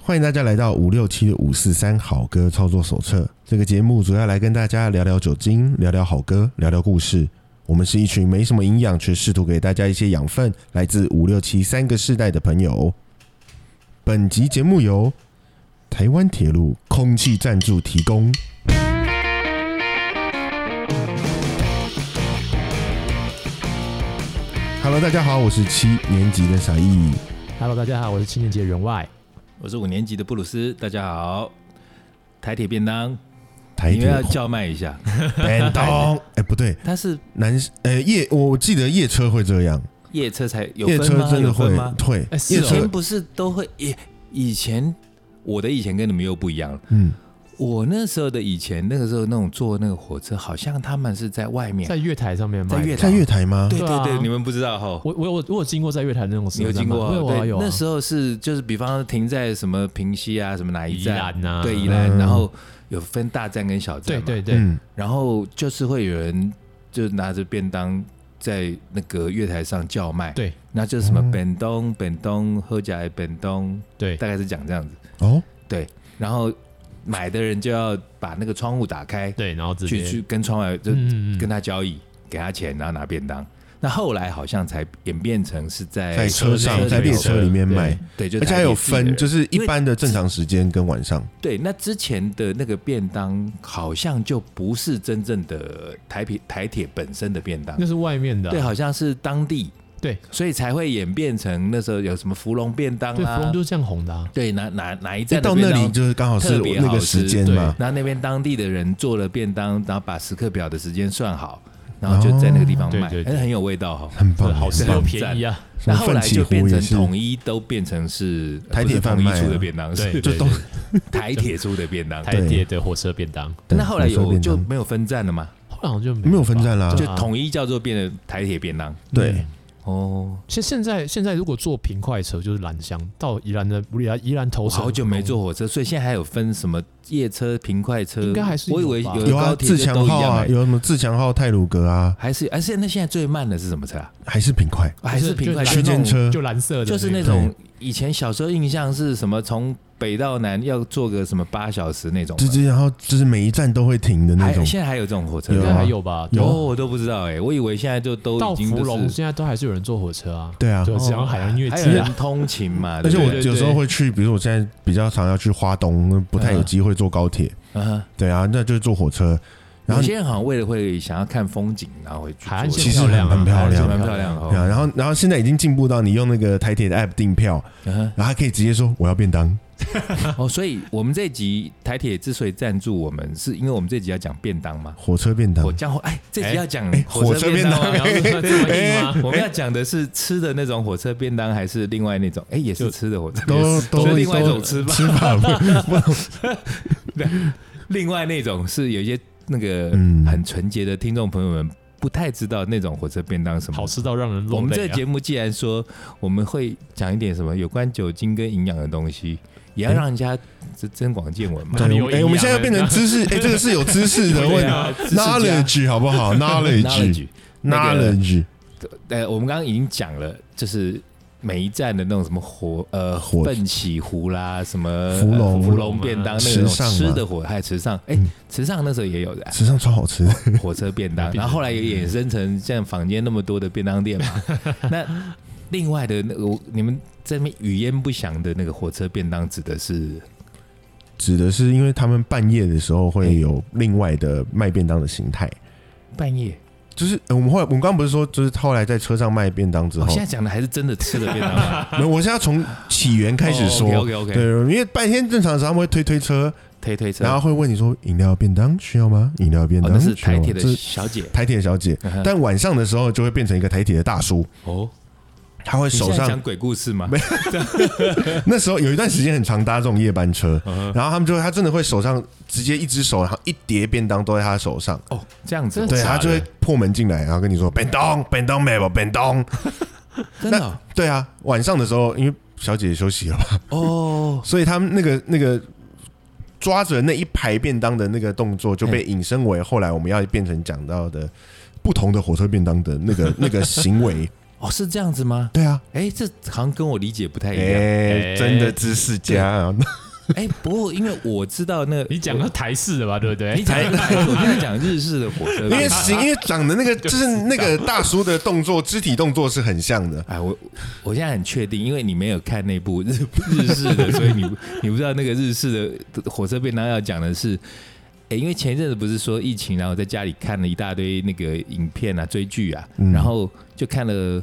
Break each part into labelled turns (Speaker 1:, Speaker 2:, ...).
Speaker 1: 欢迎大家来到五六七五四三好歌操作手册。这个节目主要来跟大家聊聊酒精，聊聊好歌，聊聊故事。我们是一群没什么营养，却试图给大家一些养分，来自五六七三个世代的朋友。本集节目由台湾铁路空气赞助提供。Hello，大家好，我是七年级的傻义。
Speaker 2: Hello，大家好，我是七年级的员外。
Speaker 3: 我是五年级的布鲁斯，大家好。台铁便当，
Speaker 1: 台
Speaker 3: 因为
Speaker 1: 铁
Speaker 3: 要叫卖一下，
Speaker 1: 便 当，哎、不对，
Speaker 3: 它是
Speaker 1: 男呃夜，我记得夜车会这样，
Speaker 3: 夜车才有
Speaker 1: 夜
Speaker 3: 分
Speaker 1: 车
Speaker 3: 吗？
Speaker 1: 真的
Speaker 3: 有
Speaker 1: 会
Speaker 3: 分吗？
Speaker 1: 会
Speaker 2: 哎，是
Speaker 1: 夜
Speaker 3: 以
Speaker 2: 哦
Speaker 1: 车
Speaker 3: 前不是都会？以以前我的以前跟你们又不一样了。
Speaker 1: 嗯，
Speaker 3: 我那时候的以前，那个时候那种坐那个火车，好像他们是在外面
Speaker 2: 在，月台上面卖，
Speaker 3: 在月台
Speaker 1: 在月台吗？
Speaker 3: 对
Speaker 2: 对啊
Speaker 3: 对对，你们不知道哈。
Speaker 2: 我我有我有经过在月台那种车
Speaker 3: 你有
Speaker 2: 站
Speaker 3: 经
Speaker 2: 吗
Speaker 3: 过
Speaker 2: 我
Speaker 3: 啊？
Speaker 2: 有啊
Speaker 3: 对
Speaker 2: 有啊。
Speaker 3: 那时候是就是，比方说停在什么平西啊，什么哪一
Speaker 2: 宜
Speaker 3: 站？
Speaker 2: 兰呐，
Speaker 3: 对，宜兰。
Speaker 1: 嗯
Speaker 3: 然后有分大站跟小站
Speaker 2: 对
Speaker 3: 嘛。
Speaker 2: 对对，
Speaker 1: 嗯，
Speaker 3: 然后就是会有人就拿着便当在那个月台上叫卖，
Speaker 2: 对，
Speaker 3: 那就是什么
Speaker 1: 嗯
Speaker 3: 本东本东喝起来本东，
Speaker 2: 对
Speaker 3: 大概是讲这样子。
Speaker 1: 哦，
Speaker 3: 然后买的人就要把那个窗户打开，
Speaker 2: 对，然后直
Speaker 3: 去
Speaker 2: 接
Speaker 3: 去跟窗外就
Speaker 2: 嗯嗯嗯
Speaker 3: 跟他交易，给他钱，然后拿便当。那后来好像才演变成哎是在
Speaker 1: 在车上，
Speaker 2: 车
Speaker 1: 在列车里面
Speaker 3: 对
Speaker 1: 卖，
Speaker 3: 对，就
Speaker 1: 而且还有分，就是是一般的正常时间跟晚上，
Speaker 3: 对。那之前的那个便当好像就不是真正的台铁台铁本身的便当
Speaker 2: 那，是外面的啊，
Speaker 3: 对，好像是当地，
Speaker 2: 对
Speaker 3: 所以才会演变成那时候有什么芙蓉便当
Speaker 2: 对，芙
Speaker 3: 啊，
Speaker 2: 蓉就是这样红的啊。
Speaker 3: 对哪哪哪一
Speaker 1: 一
Speaker 3: 站的
Speaker 1: 到
Speaker 3: 便
Speaker 1: 那
Speaker 3: 当
Speaker 1: 里就是刚好是
Speaker 3: 特别
Speaker 1: 那
Speaker 3: 好
Speaker 1: 个
Speaker 3: 吃
Speaker 1: 时间嘛，
Speaker 3: 然后那边当地的人做了便当，然后把时刻表的时间算
Speaker 1: 哦
Speaker 3: 好，然后就在那个地方卖，
Speaker 2: 哦对对对
Speaker 3: 哎很有味道哈、哦。
Speaker 1: 很 棒，
Speaker 2: 好吃
Speaker 1: 很
Speaker 2: 又
Speaker 1: 棒
Speaker 2: 便宜啊！
Speaker 1: 什
Speaker 3: 那
Speaker 1: 么
Speaker 3: 后来
Speaker 1: 奋起
Speaker 3: 就变
Speaker 1: 湖也
Speaker 3: 成
Speaker 1: 是，
Speaker 3: 统一都变成是呃
Speaker 1: 台铁
Speaker 3: 不是
Speaker 1: 贩
Speaker 3: 统一
Speaker 1: 卖啊
Speaker 3: 出的便当，
Speaker 2: 对对
Speaker 3: 是
Speaker 1: 就都
Speaker 3: 台铁出的便当。
Speaker 2: 台铁的火车便当，
Speaker 1: 对
Speaker 3: 那后来
Speaker 1: 火车
Speaker 3: 有
Speaker 1: 便
Speaker 3: 就
Speaker 1: 当
Speaker 3: 没有分站了嘛？
Speaker 2: 后来好像就
Speaker 1: 没
Speaker 2: 有
Speaker 1: 有分
Speaker 2: 吧
Speaker 1: 站啦
Speaker 2: 对
Speaker 3: 就
Speaker 2: 啊
Speaker 3: 统一叫做变成台铁便当
Speaker 1: 对，
Speaker 3: 哦。
Speaker 2: 现现在现在如果坐平快车就是兰香到宜兰的，宜兰宜兰头
Speaker 3: 我
Speaker 2: 城，
Speaker 3: 好久没坐火车，所以现在还有分什么夜车、平快车，
Speaker 2: 应该还是有
Speaker 3: 我以为
Speaker 2: 吧
Speaker 3: 嗯有
Speaker 1: 有啊，
Speaker 3: 高铁就
Speaker 1: 自强
Speaker 3: 都一
Speaker 1: 号
Speaker 3: 样
Speaker 1: 啊，
Speaker 3: 欸
Speaker 1: 有什么自强号、泰鲁格啊，
Speaker 3: 还是而且那现在最慢的是什么车啊？
Speaker 1: 还是品快
Speaker 3: 还是平快
Speaker 2: 就
Speaker 3: 车
Speaker 1: 区间，车，
Speaker 2: 就蓝色的，
Speaker 3: 那种就是那种以前小时候印象是什么从北到南要坐个什么八小时那种吗
Speaker 1: 直，接然后就是每一站都会停的那
Speaker 3: 还
Speaker 1: 种，
Speaker 3: 现在还有这种火车
Speaker 2: 应
Speaker 1: 有
Speaker 2: 该
Speaker 1: 啊
Speaker 2: 还有吧？
Speaker 1: 有
Speaker 3: 哦，
Speaker 1: 啊
Speaker 3: 我都不知道哎，我以为现在就都
Speaker 2: 到
Speaker 3: 已经
Speaker 2: 芙
Speaker 3: 就
Speaker 2: 蓉
Speaker 3: 是
Speaker 2: 现在都还是有人坐火车啊，
Speaker 1: 对啊，
Speaker 2: 就
Speaker 3: 哦
Speaker 2: 只要海洋音乐
Speaker 3: 还
Speaker 2: 季
Speaker 3: 有
Speaker 2: 啊
Speaker 3: 人，通勤嘛，
Speaker 1: 而且
Speaker 3: 对
Speaker 1: 我
Speaker 3: 不对
Speaker 1: 有时候会去，比如说我现在比较常要去花东，不太有机会坐高铁，
Speaker 3: 啊，
Speaker 1: 对啊，那就是坐火车。然后，
Speaker 3: 有些人好像为了会想要看风景，然后会去
Speaker 2: 海岸
Speaker 3: 坐
Speaker 2: 线
Speaker 1: 其实
Speaker 2: 漂亮啊，
Speaker 1: 很漂
Speaker 2: 海岸线
Speaker 1: 亮
Speaker 3: 蛮漂亮的
Speaker 1: 对啊，
Speaker 3: 哦
Speaker 1: 然后，然后现在已经进步到你用那个台铁的 app 订票，
Speaker 3: 嗯哼。
Speaker 1: 然后还可以直接说我要便当。
Speaker 3: 哦，所以我们这一集台铁之所以赞助我们，是因为我们这集要讲便当嘛？
Speaker 1: 火车便当
Speaker 3: 我，讲哎，这
Speaker 2: 哎
Speaker 3: 集要讲
Speaker 1: 嗯哎
Speaker 3: 火车便当
Speaker 1: 火车
Speaker 3: 啊。
Speaker 1: 便哎
Speaker 2: 然后这么硬吗？
Speaker 3: 我们要讲的是吃的那种火车便当，还是另外那种？哎，也是
Speaker 2: 就
Speaker 3: 吃的火车，
Speaker 1: 都都
Speaker 3: 是另外一
Speaker 1: 都
Speaker 3: 种吃法
Speaker 1: 吃法不，
Speaker 3: 另外那种是有一些那个
Speaker 1: 嗯
Speaker 3: 很纯洁的听众朋友们不太知道那种火车便当是什 么
Speaker 2: 好。吃到让人落泪、啊。
Speaker 3: 我们这个节目既然说我们会讲一点什么有关酒精跟营养的东西，也
Speaker 1: 哎
Speaker 3: 要让人家增增广见闻嘛。
Speaker 2: 哪里有
Speaker 1: 对，哎，我们现在要变成
Speaker 2: 营养啊
Speaker 1: 知识，哎，这个是有知识的
Speaker 3: 对
Speaker 1: 问
Speaker 3: 啊知识家
Speaker 1: knowledge 好不 好
Speaker 3: Knowledge
Speaker 1: ？knowledge
Speaker 3: 那个
Speaker 1: knowledge
Speaker 3: 呃，我们刚刚已经讲了，就是每一站的那种什么火呃
Speaker 1: 火
Speaker 3: 奋起湖啦，什么
Speaker 1: 芙蓉嗯
Speaker 3: 呃芙蓉便当，那
Speaker 1: 池
Speaker 3: 种
Speaker 1: 上嘛
Speaker 3: 吃的火还有池上，哎、
Speaker 1: 嗯
Speaker 3: 池上那时候也有的、啊
Speaker 1: 时尚超好吃，
Speaker 3: 火车便 当，
Speaker 2: 必须
Speaker 3: 然后后来也衍生成像坊间那么多的便当 店嘛。那另外的那个我你们这边语焉不详的那个火车便当，指的是
Speaker 1: 指的是因为他们半夜的时候会有另外的卖便当的形态。
Speaker 3: 半夜。
Speaker 1: 就是、呃我们后来，我们刚刚不是说，就是后来在车上卖便当之
Speaker 3: 我、
Speaker 1: 后，
Speaker 3: 哦现在讲的还是真的吃的便当 啊吗？
Speaker 1: 没有我现在从起源开始说。
Speaker 3: OK OK，
Speaker 1: 对，因为白天正常的时候他们会推推车，
Speaker 3: 推推车，
Speaker 1: 然后会问你说饮料便当需要吗？饮料便
Speaker 3: 哦
Speaker 1: 当、
Speaker 3: 那是
Speaker 1: 需要
Speaker 3: 台
Speaker 1: 吗
Speaker 3: 铁的
Speaker 1: 这是
Speaker 3: 小姐，
Speaker 1: 台铁小姐。
Speaker 3: 嗯哼
Speaker 1: 但晚上的时候就会变成一个台铁的大叔，
Speaker 3: 哦，
Speaker 1: 他会
Speaker 3: 你现
Speaker 1: 手
Speaker 3: 在
Speaker 1: 上
Speaker 3: 讲鬼故事吗？
Speaker 1: 没那时候有一段时间很常搭这种夜班车，
Speaker 3: 嗯
Speaker 1: 然后他们就会他真的会手上直接一只手，然后一叠便当都在他手上，
Speaker 3: 哦，这样子哦，
Speaker 2: 真
Speaker 1: 对
Speaker 2: 的假
Speaker 1: 他就会破门进来，然后跟你说便当便当没有便当，
Speaker 3: 真的
Speaker 1: 对啊，晚上的时候因为小姐姐休息了嘛，
Speaker 3: 哦，
Speaker 1: 所以他们那个那个抓着那一排便当的那个动作，就被引 申为后来我们要变成讲到的不同的火车便当的那个那个行为。
Speaker 3: 哦哦，是这样子吗？
Speaker 1: 对啊，
Speaker 3: 哎，这好像跟我理解不太
Speaker 1: 哎、
Speaker 3: 一样。
Speaker 2: 哎
Speaker 1: 真的知识家啊！
Speaker 3: 哎，不过因为我知道 那
Speaker 2: 你讲到台式的吧，对不对？
Speaker 3: 你讲的台，我现在讲日式的火车
Speaker 1: 因为
Speaker 3: 便
Speaker 1: 行，因为长得那个 就是那个大叔的动 作，肢体动作是很像的。
Speaker 3: 哎，我我现在很确定，因为你没有看那部日日式的，所以 你你不知道那个日式的火车便当要讲的是，哎、因为前一阵子不是说疫情，然后在家里看了一大堆那个影片啊、追剧啊，
Speaker 1: 嗯
Speaker 3: 然后就看了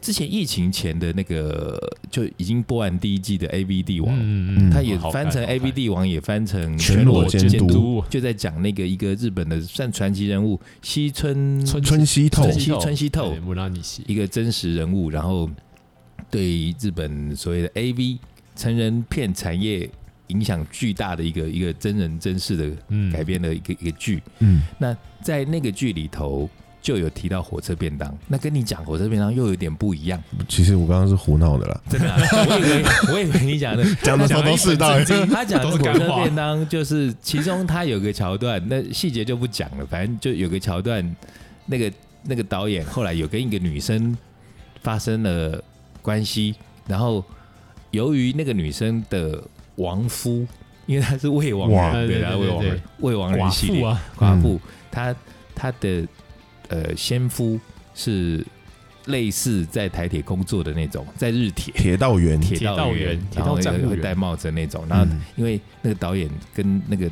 Speaker 3: 之前疫情前的那个就已经播完第一季的 A V 帝王，
Speaker 2: 嗯
Speaker 1: 嗯
Speaker 3: 它也
Speaker 2: 好看
Speaker 3: 翻成
Speaker 2: 好看
Speaker 3: A V 帝王，也翻成
Speaker 1: 全裸监督
Speaker 2: 督
Speaker 3: 就在讲那个一个日本的算传奇人物西村
Speaker 2: 村
Speaker 1: 春熙透
Speaker 3: 春西村西透
Speaker 2: 对，木拉尼西，
Speaker 3: 一个真实人物，然后对日本所谓的 AV 成人片产业影响巨大的一个一个真人真事的
Speaker 2: 嗯
Speaker 3: 改编的一个、一个剧。
Speaker 1: 嗯，
Speaker 3: 那在那个剧里头就有提到火车便当，那跟你讲火车便当又有点不一样，
Speaker 1: 其实我刚刚是胡闹的啦。
Speaker 3: 真的啊、我以为 我以为你讲的
Speaker 1: 讲得头头是道欸
Speaker 3: 他讲的他讲
Speaker 2: 都
Speaker 3: 的火
Speaker 2: 是干话
Speaker 3: 车便当就是其中他有个桥段，那细节就不讲了，反正就有个桥段，那个那个导演后来有跟一个女生发生了关系，然后由于那个女生的亡夫，因为她是未亡
Speaker 1: 哇
Speaker 3: 人，对，她
Speaker 2: 对对
Speaker 3: 未亡人
Speaker 2: 对，
Speaker 3: 未亡人
Speaker 2: 寡
Speaker 3: 系列
Speaker 2: 妇， 啊，
Speaker 3: 寡妇，她她的呃先夫是类似在台铁工作的那种，在日铁
Speaker 1: 铁道员，
Speaker 3: 铁
Speaker 2: 道
Speaker 3: 道
Speaker 2: 员
Speaker 3: 员，
Speaker 2: 铁
Speaker 3: 然
Speaker 2: 道
Speaker 3: 后那
Speaker 2: 站
Speaker 3: 个
Speaker 2: 务
Speaker 3: 会
Speaker 2: 员
Speaker 3: 戴帽子的那种。然后
Speaker 1: 嗯，
Speaker 3: 因为那个导演跟那个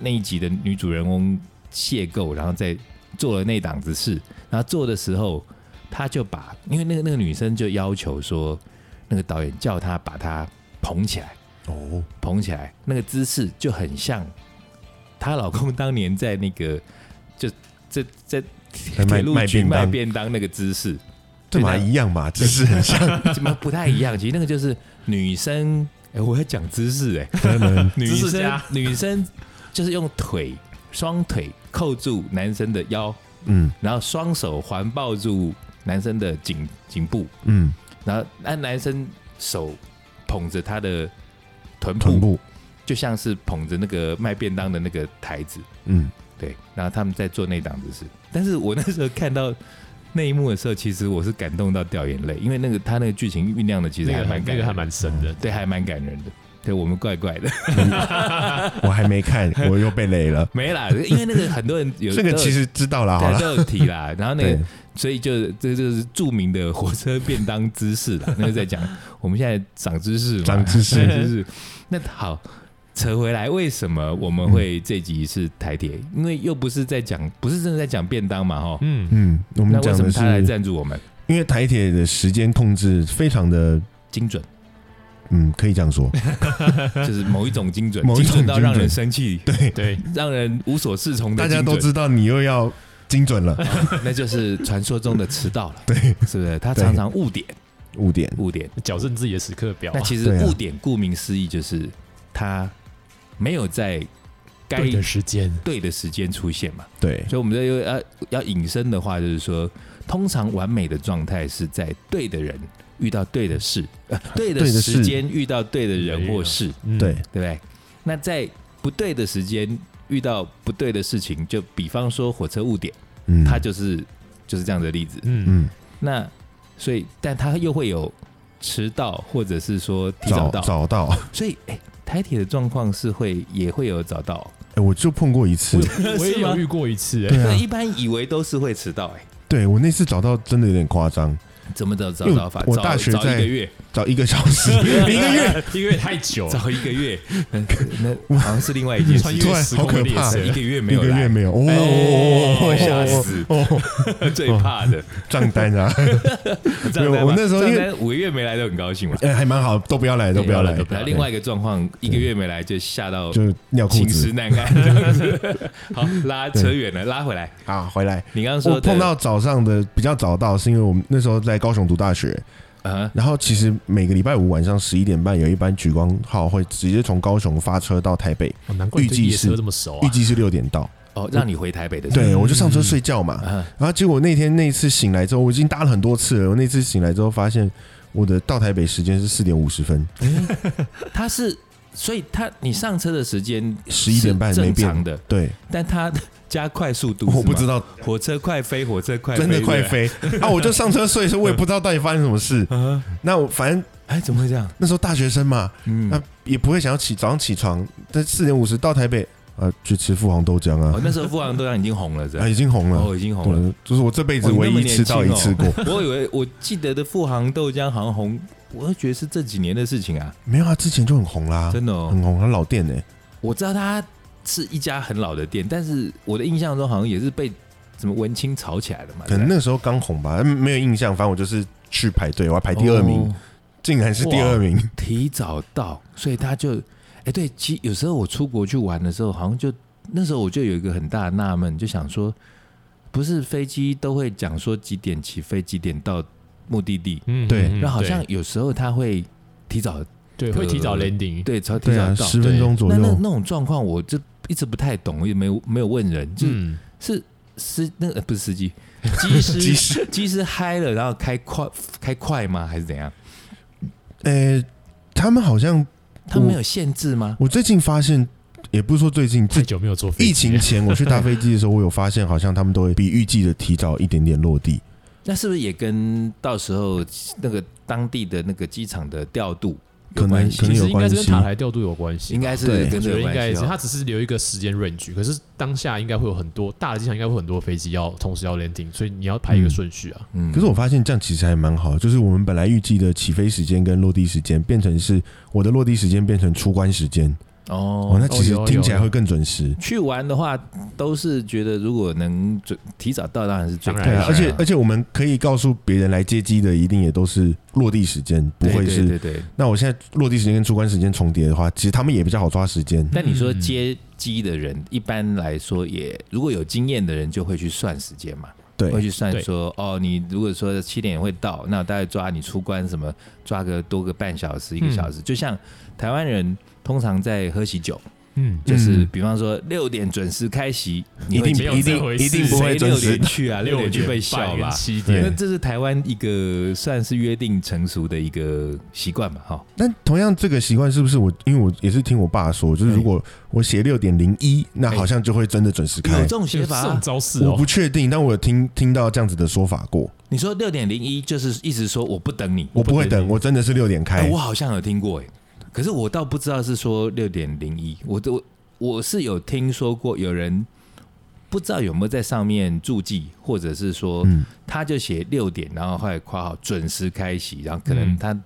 Speaker 3: 那一集的女主人翁邂逅，然后在做了那档子事，然后做的时候，他就把因为那个那个女生就要求说，那个导演叫他把她捧起来。
Speaker 1: 哦，
Speaker 3: 捧起来，那个姿势就很像她老公当年在那个就在在
Speaker 1: 在卖
Speaker 3: 铁路
Speaker 1: 卖
Speaker 3: 局
Speaker 1: 便
Speaker 3: 卖
Speaker 1: 当，
Speaker 3: 便当那个姿势，
Speaker 1: 这嘛一样嘛，只是很像。
Speaker 3: 怎么不太一样？其实那个就是女生，哎、我要讲姿势，哎，
Speaker 1: 可能
Speaker 3: 女
Speaker 2: 姿势
Speaker 3: 生
Speaker 2: 家
Speaker 3: 女生就是用腿双腿扣住男生的腰，
Speaker 1: 嗯
Speaker 3: 然后双手环抱住男生的颈颈部，
Speaker 1: 嗯，
Speaker 3: 然后那男生手捧着他的臀部，
Speaker 1: 臀部，
Speaker 3: 就像是捧着那个卖便当的那个台子，
Speaker 1: 嗯，
Speaker 3: 对，然后他们在做那档子事。但是我那时候看到那一幕的时候，其实我是感动到掉眼泪，因为那个他那个剧情酝酿的其实
Speaker 2: 那
Speaker 3: 还
Speaker 2: 个还
Speaker 3: 蛮
Speaker 2: 那
Speaker 3: 感
Speaker 2: 个还
Speaker 3: 人的，
Speaker 2: 蛮深的，
Speaker 3: 对，还蛮感人的。对我们怪怪的，
Speaker 1: 我还没看，我又被雷了。
Speaker 3: 没啦，因为那个很多人有
Speaker 1: 这个其实知道了，好
Speaker 3: 对
Speaker 1: 了，
Speaker 3: 都有提啦， 然后那
Speaker 1: 对
Speaker 3: 个，所以就这就是著名的火车便当姿势 啦。那就在讲我们现在长知识嘛，
Speaker 1: 长知识
Speaker 3: 长知识。那好，扯回来，为什么我们会这集是台铁？因为又不是在讲，不是真的在讲便当嘛，哈。
Speaker 2: 嗯，
Speaker 1: 嗯，我
Speaker 3: 那
Speaker 1: 们
Speaker 3: 为
Speaker 1: 讲
Speaker 3: 什
Speaker 1: 的
Speaker 3: 么他来
Speaker 1: 是，
Speaker 3: 赞助我们？
Speaker 1: 因为台铁的时间控制非常的，
Speaker 3: 精准，
Speaker 1: 嗯，可以这样说，
Speaker 3: 就是某一种精准，
Speaker 1: 嗯某一
Speaker 3: 精
Speaker 1: 种
Speaker 3: 准到
Speaker 1: 精准
Speaker 3: 让人生气，
Speaker 1: 对，
Speaker 2: 对，
Speaker 3: 让人无所适从的
Speaker 1: 大
Speaker 3: 精
Speaker 1: 家
Speaker 3: 准。
Speaker 1: 都知道你又要精准了，
Speaker 3: 那就是传说中的迟到了，
Speaker 1: 对，
Speaker 3: 是不是？他
Speaker 1: 对
Speaker 3: 常常误点，
Speaker 1: 误点，
Speaker 3: 误点。
Speaker 2: 矫正自己的时刻表啊
Speaker 3: 那，其实
Speaker 1: 对啊
Speaker 3: 误点，顾名思义就是他没有在该
Speaker 2: 对的时间，
Speaker 3: 对的时间出现嘛。
Speaker 1: 对，
Speaker 3: 所以我们这又要要引申的话，就是说，通常完美的状态是在对的人遇到对的事，呃对的
Speaker 1: 对的事
Speaker 3: 时间遇到对的人或事，
Speaker 2: 嗯
Speaker 1: 对，
Speaker 3: 对不对？那在不对的时间遇到不对的事情，就比方说火车误点，
Speaker 1: 嗯，
Speaker 3: 它就是就是这样的例子。
Speaker 2: 嗯，
Speaker 1: 嗯，
Speaker 3: 那所以，但它又会有迟到，或者是说提早
Speaker 1: 找
Speaker 3: 到，
Speaker 1: 找到，
Speaker 3: 所以，哎、台铁的状况是会也会有早到，
Speaker 1: 哎，我就碰过一次，
Speaker 2: 我我也
Speaker 3: 是吗
Speaker 2: 有遇过一次，哎
Speaker 1: 对
Speaker 3: 那
Speaker 1: 啊
Speaker 3: 一，般以为都是会迟到、哎，
Speaker 1: 对我那次找到真的有点夸张，
Speaker 3: 怎么早早
Speaker 1: 因为
Speaker 3: 早法？
Speaker 1: 我
Speaker 3: 早
Speaker 1: 大学
Speaker 3: 早
Speaker 1: 在
Speaker 3: 一个月，
Speaker 1: 找一个小时，一个月，
Speaker 2: 一个月太
Speaker 1: 哦
Speaker 2: 久了，
Speaker 3: 早一 个月，那那好像是另外一件
Speaker 2: 穿
Speaker 3: 事，
Speaker 2: 越时空的
Speaker 1: 突
Speaker 2: 列
Speaker 1: 然好可怕
Speaker 2: 车
Speaker 3: 一，个月没
Speaker 1: 一
Speaker 3: 有
Speaker 1: 个月
Speaker 3: 来，
Speaker 1: 没有，
Speaker 3: 哎
Speaker 1: 哦，
Speaker 3: 吓死，
Speaker 1: 哦，
Speaker 3: 最怕的。
Speaker 1: 账单啊，
Speaker 3: 这样
Speaker 1: 没有我
Speaker 3: 吧
Speaker 1: 那时候
Speaker 3: 这样
Speaker 1: 因
Speaker 3: 大家五个月没来都很高兴嘛，
Speaker 1: 哎，还蛮好，都不要来，都不要来，
Speaker 3: 然后另外一个状况，一个月没来就吓到
Speaker 1: 就尿裤
Speaker 3: 寝食
Speaker 1: 子
Speaker 3: 难安这样 子。好，拉扯远了，拉回来。
Speaker 1: 啊，回来。
Speaker 3: 你刚刚说
Speaker 1: 我
Speaker 3: 的
Speaker 1: 碰到早上的比较早到，是因为我们那时候在高雄读大学，
Speaker 3: 啊，
Speaker 1: 然后其实每个礼拜五晚上十一点半有一班莒光号会直接从高雄发车到台北，
Speaker 2: 哦难怪你对
Speaker 1: 预计
Speaker 2: 夜车
Speaker 1: 是
Speaker 2: 这么熟
Speaker 1: 预
Speaker 2: 啊，
Speaker 1: 计是六点到。
Speaker 3: 哦，让你回台北的时候，
Speaker 1: 对，我就上车睡觉嘛。
Speaker 3: 啊，
Speaker 1: 然后结果那天那一次醒来之后，我已经搭了很多次了。我那次醒来之后发现，我的到台北时间是四点五十分。
Speaker 3: 他是所以他你上车的时间
Speaker 1: 十一点半
Speaker 3: 是
Speaker 1: 没
Speaker 3: 正
Speaker 1: 变
Speaker 3: 常的，
Speaker 1: 对，
Speaker 3: 但他加快速度，
Speaker 1: 我不知
Speaker 3: 道
Speaker 1: 道，
Speaker 3: 火车快飞，火车快飞，
Speaker 1: 真的快
Speaker 3: 对不对，
Speaker 1: 飞啊！我就上车睡，所以我也不知道到底发生什么 事。
Speaker 3: 啊，
Speaker 1: 那我反正
Speaker 3: 哎，怎么会这样？
Speaker 1: 那时候大学生嘛，
Speaker 3: 嗯，
Speaker 1: 那也不会想要起早上起床，但四点五十到台北，呃，去吃富航豆浆
Speaker 3: 哦
Speaker 1: 啊，，
Speaker 3: 那时候富航豆浆已经红了，是吧
Speaker 1: 啊，已经红了，
Speaker 3: 哦，已经红了。
Speaker 1: 对，就是我这辈子
Speaker 3: 哦你
Speaker 1: 唯
Speaker 3: 那么
Speaker 1: 一吃到一
Speaker 3: 年轻
Speaker 1: 次
Speaker 3: 哦
Speaker 1: 过，
Speaker 3: 我以为我记得的富航豆浆好像红，我觉得是这几年的事情啊，
Speaker 1: 没有啊，嗯之前就很红啦，
Speaker 3: 真的哦。啊
Speaker 1: 很红，很老店呢。
Speaker 3: 我知道它是一家很老的店，但是我的印象中好像也是被什么文青炒起来的嘛，
Speaker 1: 可能那时候刚红吧，嗯没有印象。反正我就是去排队，我还排第二名，
Speaker 3: 哦
Speaker 1: 竟然是第二名。
Speaker 3: 提早到，所以他就，哎、对，其实有时候我出国去玩的时候，好像就那时候我就有一个很大的纳闷，就想说，不是飞机都会讲说几点起飞，几点到目的地，
Speaker 2: 嗯
Speaker 1: 对
Speaker 2: 嗯
Speaker 3: 然后好
Speaker 2: 对
Speaker 3: 像有时候他会提早，
Speaker 2: 对会提早
Speaker 3: 呃
Speaker 2: landing，
Speaker 3: 对，超提
Speaker 1: 对
Speaker 3: 早
Speaker 1: 啊，
Speaker 3: 到。
Speaker 1: 十分钟左
Speaker 3: 那那
Speaker 1: 右。
Speaker 3: 那种状况，我就一直不太懂，我也没有没有问人，就是、
Speaker 2: 嗯，
Speaker 3: 是司那个、呃不是司机，机师
Speaker 1: 其实，
Speaker 3: 机师嗨了，然后开快开快吗？还是怎样？
Speaker 1: 呃，他们好像
Speaker 3: 他们没有限制吗？
Speaker 1: 我最近发现，也不是说最近，
Speaker 2: 太
Speaker 1: 这
Speaker 2: 久没有坐飞
Speaker 1: 疫
Speaker 2: 机
Speaker 1: 情
Speaker 2: 了，
Speaker 1: 前我去搭飞机 的时候，我有发现，好像他们都会比预计的提早一点点落地。
Speaker 3: 那是不是也跟到时候那个当地的那个机场的调度
Speaker 1: 可
Speaker 3: 有
Speaker 1: 能
Speaker 3: 关系？
Speaker 1: 可能
Speaker 2: 其
Speaker 1: 有
Speaker 2: 实应该是
Speaker 1: 关
Speaker 2: 跟
Speaker 1: 系
Speaker 2: 塔台调度有关系，
Speaker 3: 应该是
Speaker 1: 对
Speaker 3: 跟
Speaker 2: 我
Speaker 3: 这
Speaker 2: 觉
Speaker 3: 个
Speaker 2: 得应该
Speaker 3: 关
Speaker 2: 是，
Speaker 3: 系、
Speaker 2: 它
Speaker 3: 哦。
Speaker 2: 只是留一个时间 range，可是当下应该会有很多大的机场，应该会有很多飞机要同时要 landing，所以你要排一个
Speaker 1: 嗯
Speaker 2: 顺序啊。
Speaker 3: 嗯
Speaker 1: 可是我发现这样其实还蛮好，就是我们本来预计的起飞时间跟落地时间，变成是我的落地时间变成出关时间。
Speaker 3: 哦
Speaker 1: 哦，那其实
Speaker 2: 有有
Speaker 1: 听起来
Speaker 2: 有
Speaker 1: 会更准时。
Speaker 3: 去玩的话，都是觉得如果能准提早到，当然哎是最
Speaker 2: 当然
Speaker 1: 对啊，
Speaker 2: 是
Speaker 1: 而且而
Speaker 3: 且
Speaker 1: 且我们可以告诉别人来接机的，一定也都是落地时间，不会是。
Speaker 3: 对对对。
Speaker 1: 那我现在落地时间跟出关时间重叠的话，其实他们也比较好抓时间。
Speaker 3: 但你说接机的人，一般来说也如果有经验的人，就会去算时间嘛，会
Speaker 1: 对，
Speaker 3: 去算
Speaker 2: 对
Speaker 3: 说哦，你如果说七点会到，那大概抓你出关什么，抓个多个半小时一个
Speaker 2: 嗯
Speaker 3: 小时。就像台湾人通常在喝喜酒，
Speaker 2: 嗯，
Speaker 3: 就是
Speaker 1: 嗯
Speaker 3: 比方说六点准时开席，你
Speaker 1: 一
Speaker 3: 会
Speaker 1: 定
Speaker 2: 没有
Speaker 1: 一
Speaker 2: 这
Speaker 1: 定
Speaker 2: 回
Speaker 1: 一定
Speaker 2: 事
Speaker 1: 不会
Speaker 3: 谁
Speaker 1: 准
Speaker 3: 六
Speaker 1: 时
Speaker 3: 点。去啊，六点去被笑吧。
Speaker 2: 七
Speaker 1: 点
Speaker 3: 那
Speaker 2: 点，
Speaker 3: 这是台湾一个算是约定成熟的一个习惯嘛，哈。
Speaker 1: 但同样这个习惯是不是我？因为我也是听我爸说，就是如果我写六点零一，那好像就会真的准时
Speaker 3: 有
Speaker 1: 开
Speaker 3: 这。种写法
Speaker 2: 这
Speaker 3: 啊
Speaker 2: 种，招式
Speaker 1: 我
Speaker 2: 哦
Speaker 1: 不，确定，但我有听听到这样子的说法过。
Speaker 3: 你说六点零一就是一直说我不等你，
Speaker 1: 我不会
Speaker 2: 不确定
Speaker 1: 等，我真的是六点
Speaker 3: 哎，
Speaker 1: 开
Speaker 3: 我。好像有听过哎、可是我倒不知道是说六点零一，我都我是有听说过有人不知道有没有在上面注记，或者是说
Speaker 1: 嗯，
Speaker 3: 他就写六点，然后后来括号准时开席，然后可能
Speaker 2: 嗯
Speaker 3: 他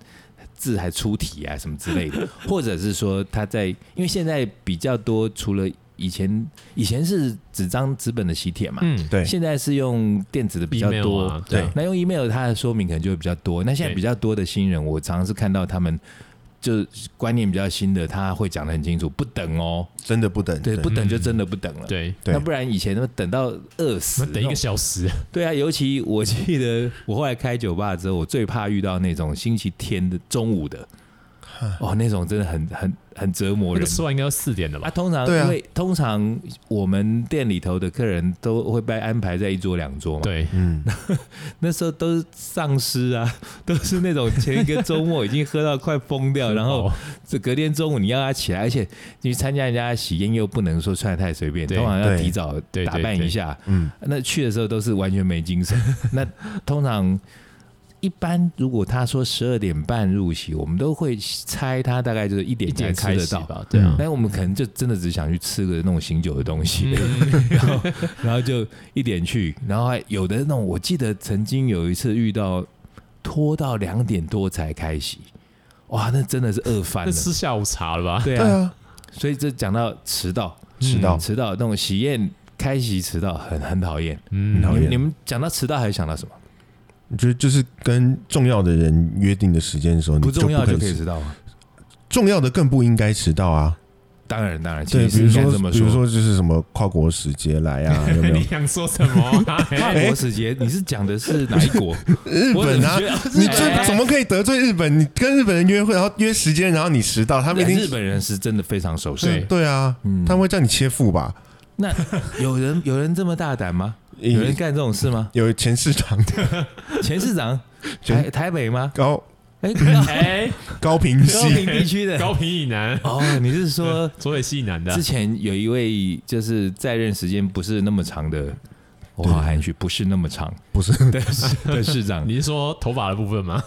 Speaker 3: 字还出题啊什么之类的， 或者是说他在因为现在比较多，除了以前以前是纸张纸本的喜帖嘛，
Speaker 2: 嗯，
Speaker 1: 对，
Speaker 3: 现在是用电子的比较
Speaker 2: email
Speaker 3: 多，
Speaker 2: 啊
Speaker 1: 对
Speaker 2: 啊
Speaker 3: 那用 email 它的说明可能就会比较多。那现在
Speaker 2: 对
Speaker 3: 比较多的新人，我常常是看到他们就是观念比较新的，他会讲的很清楚，不等哦，
Speaker 1: 真的不等。
Speaker 3: 对，不
Speaker 2: 嗯
Speaker 3: 等就真的不等了。，
Speaker 2: 对，
Speaker 1: 对
Speaker 3: 那不然以前他们等到饿
Speaker 2: 我
Speaker 3: 死，
Speaker 2: 们等一
Speaker 3: 那
Speaker 2: 个
Speaker 3: 种
Speaker 2: 小时，
Speaker 3: 对啊，尤其我记 得我后来开酒吧之后，我最怕遇到那种星期天的中午的，哦，那种真的很很很折磨
Speaker 2: 那
Speaker 3: 人
Speaker 2: 个。吃完应该要四点了
Speaker 3: 啊，
Speaker 2: 吧？
Speaker 3: 通常
Speaker 1: 对啊
Speaker 3: 因为通常我们店里头的客人都会被安排在一桌两桌嘛，
Speaker 2: 对，
Speaker 1: 嗯，
Speaker 3: 那时候都是丧尸啊， 都是那种前一个周末已经喝到快 疯掉，然后
Speaker 2: 哦
Speaker 3: 这隔天中午你要他起来，而且你去参加人家的喜宴又不能说穿的太随便，
Speaker 2: 对
Speaker 3: 通常要
Speaker 1: 对
Speaker 3: 提早
Speaker 2: 对对
Speaker 3: 打扮一下。
Speaker 1: 嗯，
Speaker 3: 那去的时候都是完全没精神。那通常一般如果他说十二点半入席，我们都会猜他大概就是一点
Speaker 2: 一
Speaker 3: 才
Speaker 2: 点
Speaker 3: 吃
Speaker 2: 开
Speaker 3: 得
Speaker 2: 始
Speaker 3: 到。
Speaker 2: 吧，对啊
Speaker 1: 嗯，
Speaker 3: 但我们可能就真的只想去吃个那种醒酒的东西，
Speaker 2: 嗯
Speaker 3: 然后然后就一点去，然后还有的那种，我记得曾经有一次遇到拖到两点多才开席，哇，那真的是饿翻
Speaker 2: 那
Speaker 3: 了。
Speaker 2: 吃下午茶了吧？
Speaker 3: 对
Speaker 1: 对
Speaker 3: 啊，
Speaker 1: 啊，
Speaker 3: 所以这讲到迟到，嗯
Speaker 1: 迟到
Speaker 3: 迟到那种喜宴开席迟到很很讨厌。
Speaker 2: 嗯，
Speaker 1: 讨
Speaker 3: 你
Speaker 1: 厌
Speaker 3: 们你们讲到迟到还想到什么？
Speaker 1: 我觉得就是跟重要的人约定的时间的时候，你
Speaker 3: 不重要
Speaker 1: 就
Speaker 3: 就
Speaker 1: 不
Speaker 3: 可
Speaker 1: 可以
Speaker 3: 以
Speaker 1: 迟，
Speaker 3: 迟到吗？啊
Speaker 1: 重要的更不应该迟到啊。
Speaker 3: 当然当然，
Speaker 1: 对，
Speaker 3: 其
Speaker 1: 比如
Speaker 3: 实应该这
Speaker 1: 说，
Speaker 3: 么
Speaker 1: 比如说就是什么跨国使节来 啊，有没有
Speaker 2: 你？想说什么啊？
Speaker 3: 跨
Speaker 2: 哎
Speaker 3: 国时节，你是讲的是哪一国？
Speaker 1: 日
Speaker 3: 我
Speaker 1: 本
Speaker 3: 怎么
Speaker 1: 啊
Speaker 3: 觉，得
Speaker 1: 你
Speaker 3: 哎
Speaker 1: 这怎么可以得罪日本？你跟日本人约会，然后约时间，然后你迟 到，他们一定
Speaker 3: 哎日本人是真的非常守时。
Speaker 2: 对
Speaker 1: 对啊，
Speaker 3: 嗯
Speaker 1: 他们会叫你切腹吧？
Speaker 3: 那有人有人这么大胆吗？有人干这种事吗？
Speaker 1: 有前市长的
Speaker 3: 前市长，
Speaker 1: 前
Speaker 3: 台台北吗？
Speaker 1: 高
Speaker 3: 哎，
Speaker 2: 哎，
Speaker 1: 高平
Speaker 3: 高
Speaker 1: 系
Speaker 3: 平地区的
Speaker 2: 高平以南，
Speaker 3: 哦，你是说
Speaker 2: 左北西以
Speaker 1: 啊
Speaker 2: 南的啊
Speaker 3: 之，前有一位就是在任时间不是那么长的，我
Speaker 1: 对
Speaker 3: 好含蓄，不是那么长
Speaker 1: 不 是
Speaker 3: 的市的市长，
Speaker 2: 你是说头发的部分吗？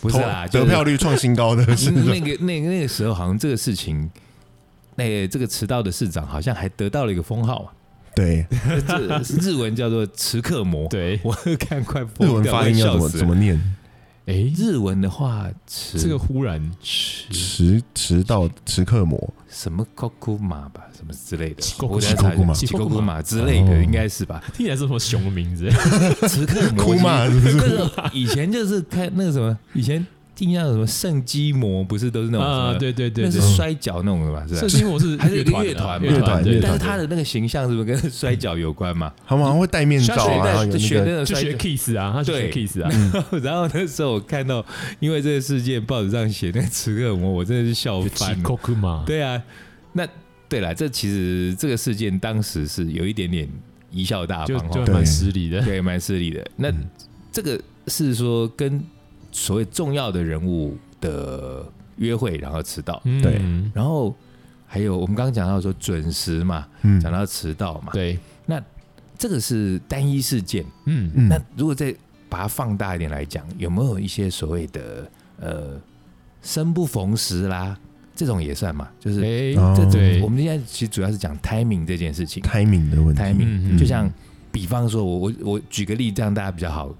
Speaker 3: 不是啦，
Speaker 1: 啊投得票率创新 高的
Speaker 3: 就是
Speaker 1: 是
Speaker 3: 那那个那个那个时候好像这个事情。那、这个迟到的市长好像还得到了一个封号、啊，
Speaker 1: 对
Speaker 3: 这日文叫做迟刻魔。，
Speaker 2: 对，
Speaker 3: 我看快
Speaker 1: 日
Speaker 3: 疯
Speaker 1: 文
Speaker 3: 掉，
Speaker 1: 发音要
Speaker 3: 笑
Speaker 1: 怎么
Speaker 3: 死
Speaker 1: 怎。么念？
Speaker 2: 哎，
Speaker 3: 日文的话，迟
Speaker 2: 这个忽然
Speaker 3: 迟
Speaker 1: 迟迟到迟刻魔，
Speaker 3: 什么 k o k u m a 吧，什么之类的，
Speaker 2: Kikokuma
Speaker 3: 我等下查一下
Speaker 1: Kikokuma
Speaker 3: Kikokuma 之类的，
Speaker 1: 哦
Speaker 3: 应该是吧？
Speaker 2: 听起来是什么熊的名字？啊
Speaker 3: 时刻
Speaker 1: 哭
Speaker 3: 魔
Speaker 1: 嘛
Speaker 3: 镜
Speaker 1: 是不
Speaker 3: 那
Speaker 1: 是？
Speaker 3: 个以前就是看那个什么，以前印象有什么圣基魔，不是都是那种什么
Speaker 2: 啊，，对对对
Speaker 3: 那
Speaker 2: 对
Speaker 3: 是，摔跤那种的吧？是
Speaker 2: 射
Speaker 3: 吧？
Speaker 2: 精我是
Speaker 3: 还是有个
Speaker 2: 乐
Speaker 3: 乐团
Speaker 2: 的
Speaker 3: 嘛
Speaker 2: 乐
Speaker 1: 乐团
Speaker 2: 对
Speaker 1: 乐
Speaker 3: 但是
Speaker 1: 团
Speaker 3: 他的那个形象是不是跟摔跤有关嘛？
Speaker 1: 他们好像会戴面罩
Speaker 3: 学
Speaker 1: 啊，然后
Speaker 3: 那
Speaker 1: 有
Speaker 3: 学
Speaker 1: 那
Speaker 3: 那
Speaker 1: 个
Speaker 3: 个
Speaker 2: 就
Speaker 3: 摔
Speaker 2: 学 kiss 啊，他就学
Speaker 3: 对
Speaker 2: kiss 啊，
Speaker 3: 跤， 然后那时候我看到，因为这个事件报纸上写那个刺客魔，我真的是笑
Speaker 2: 就
Speaker 3: 翻了。
Speaker 2: Koku 嘛，
Speaker 3: 对啊，那对了，这其实这个事件当时是有一点点贻笑大
Speaker 2: 就
Speaker 3: 方
Speaker 2: 就
Speaker 3: 哦，
Speaker 1: 对
Speaker 2: 蛮失礼的。
Speaker 3: 对，蛮失礼的。那、
Speaker 1: 嗯
Speaker 3: 这个是说跟所谓重要的人物的约会，然后迟到，
Speaker 2: 嗯
Speaker 1: 对
Speaker 3: 然后还有我们刚刚讲到说准时嘛，
Speaker 1: 嗯
Speaker 3: 讲到迟到嘛，
Speaker 2: 对，
Speaker 3: 这个是单一事件。
Speaker 2: 嗯，
Speaker 1: 嗯
Speaker 3: 那如果再把它放大一点来讲，有没有一些所谓的呃生不逢时啦，这种也算嘛？就是、
Speaker 2: 哎，
Speaker 1: 哦
Speaker 3: 这
Speaker 2: 对
Speaker 3: 我们现在其实主要是讲 timing 这件事情。
Speaker 1: ，timing 的问题，
Speaker 3: timing，、
Speaker 2: 嗯嗯
Speaker 3: 就像比方说我，我我举个例子，让大家比较好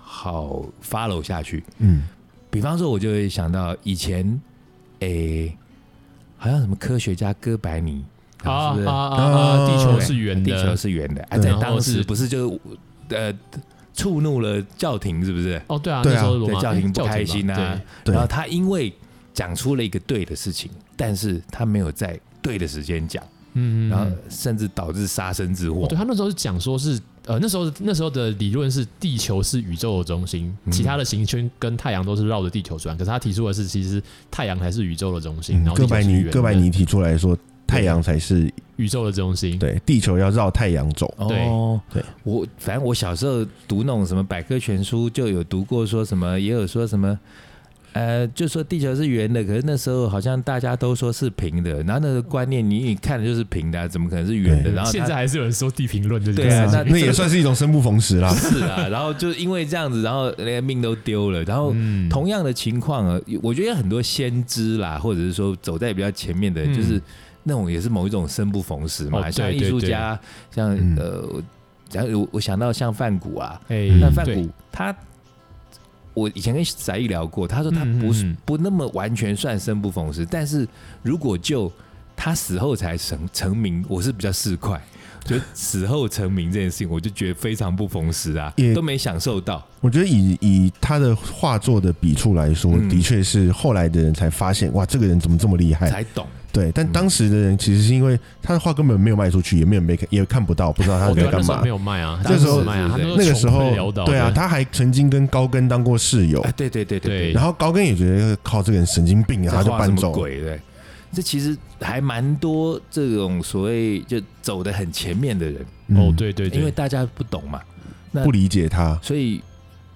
Speaker 3: 好 follow 下去。
Speaker 1: 嗯，
Speaker 3: 比方说，我就会想到以前，诶、好像什么科学家哥白尼
Speaker 2: 啊
Speaker 3: 是不是
Speaker 2: 啊啊啊！地球
Speaker 3: 对
Speaker 2: 是圆
Speaker 3: 地球
Speaker 2: 的，
Speaker 3: 是圆的，啊，
Speaker 1: 对
Speaker 3: 在
Speaker 2: 然后
Speaker 3: 当
Speaker 2: 是
Speaker 3: 时不是就呃触怒了教廷，是不是？
Speaker 2: 哦，对啊，
Speaker 1: 对啊
Speaker 2: 那时候罗
Speaker 3: 对
Speaker 2: 马
Speaker 3: 教廷不
Speaker 2: 吧
Speaker 3: 开心啊
Speaker 1: 对
Speaker 2: 对，
Speaker 3: 然后他因为讲出了一个对的事情，但是他没有在对的时间讲，
Speaker 2: 嗯，嗯嗯哦
Speaker 3: 然后甚至导致杀身之祸
Speaker 2: 对。他那时候是讲说是呃那时候那时候的理论是地球是宇宙的中心，
Speaker 3: 嗯
Speaker 2: 其他的行星跟太阳都是绕着地球转。可是他提出的是，其实太阳才是宇宙的中心，
Speaker 1: 嗯
Speaker 2: 然后
Speaker 1: 哥
Speaker 2: 地球
Speaker 1: 白
Speaker 2: 是
Speaker 1: 尼
Speaker 2: 圆的
Speaker 1: 哥白尼提出来说，太阳才是
Speaker 2: 宇宙的中心。
Speaker 1: 对，地球要绕太阳走，
Speaker 3: 哦，
Speaker 1: 对
Speaker 3: 我反正我小时候读那种什么百科全书，就有读过说什么，也有说什么，呃，就说地球是圆的，可是那时候好像大家都说是平的，然后那个观念你你看的就是平的啊、怎么可能是圆的？
Speaker 1: 对
Speaker 3: 然后
Speaker 2: 现
Speaker 3: 他
Speaker 2: 在还是有人说地平论这件
Speaker 3: 对啊
Speaker 2: 事情
Speaker 3: 那。
Speaker 1: 那也算是一种生不逢时啦
Speaker 3: 是啊，然后就因为这样子，然后连命都丢了，然后。
Speaker 2: 嗯
Speaker 3: 同样的情况啊，我觉得很多先知啦，或者是说走在比较前面的人，
Speaker 2: 嗯
Speaker 3: 就是那种也是某一种生不逢时嘛，
Speaker 2: 哦对
Speaker 3: 像艺
Speaker 2: 对
Speaker 3: 术
Speaker 2: 对
Speaker 3: 家，像
Speaker 1: 嗯
Speaker 3: 呃，我讲我我想到像范谷啊，
Speaker 2: 哎
Speaker 1: 嗯
Speaker 3: 那范
Speaker 2: 对
Speaker 3: 谷他，我以前跟翟毅聊过，他说他
Speaker 2: 嗯
Speaker 3: 不、是
Speaker 2: 嗯嗯
Speaker 3: 不那么完全算生不逢时，但是如果就他死后才成成名，我是比较市侩，觉得死后成名这件事情，我就觉得非常不逢时啊
Speaker 1: 也，
Speaker 3: 都没享受到。
Speaker 1: 我觉得以以他的画作的笔触来说，
Speaker 3: 嗯
Speaker 1: 的确是后来的人才发现，哇，这个人怎么这么厉
Speaker 2: 哎
Speaker 1: 害？
Speaker 3: 才嗯懂，
Speaker 1: 对，但当时的人其实是因为他的画根本没有卖出去，也没有人被也看不到，不知道他
Speaker 2: 哦对
Speaker 1: 在
Speaker 2: 啊，那
Speaker 1: 干
Speaker 2: 时候
Speaker 1: 嘛
Speaker 2: 没。有卖啊，
Speaker 1: 那时候
Speaker 2: 当卖啊，他
Speaker 3: 对
Speaker 2: 们都
Speaker 1: 那个
Speaker 2: 穷
Speaker 1: 时候
Speaker 2: 困潦倒，
Speaker 1: 对啊，
Speaker 2: 的
Speaker 1: 他还曾经跟高更当过室友
Speaker 3: 啊，，对对对
Speaker 2: 对
Speaker 1: 然后高更也觉得靠这个人神经病啊，他
Speaker 3: 他
Speaker 1: 就
Speaker 3: 画什
Speaker 1: 搬
Speaker 3: 么
Speaker 1: 走。
Speaker 3: 鬼对，这其实还蛮多这种所谓就走得很前面的人，
Speaker 1: 嗯
Speaker 2: 哦，，对对对，
Speaker 3: 因为大家不懂嘛，
Speaker 1: 不理解他。
Speaker 3: 所以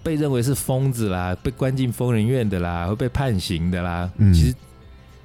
Speaker 3: 被认为是疯子啦，被关进疯人院的啦，会被判刑的啦，
Speaker 1: 嗯
Speaker 3: 其实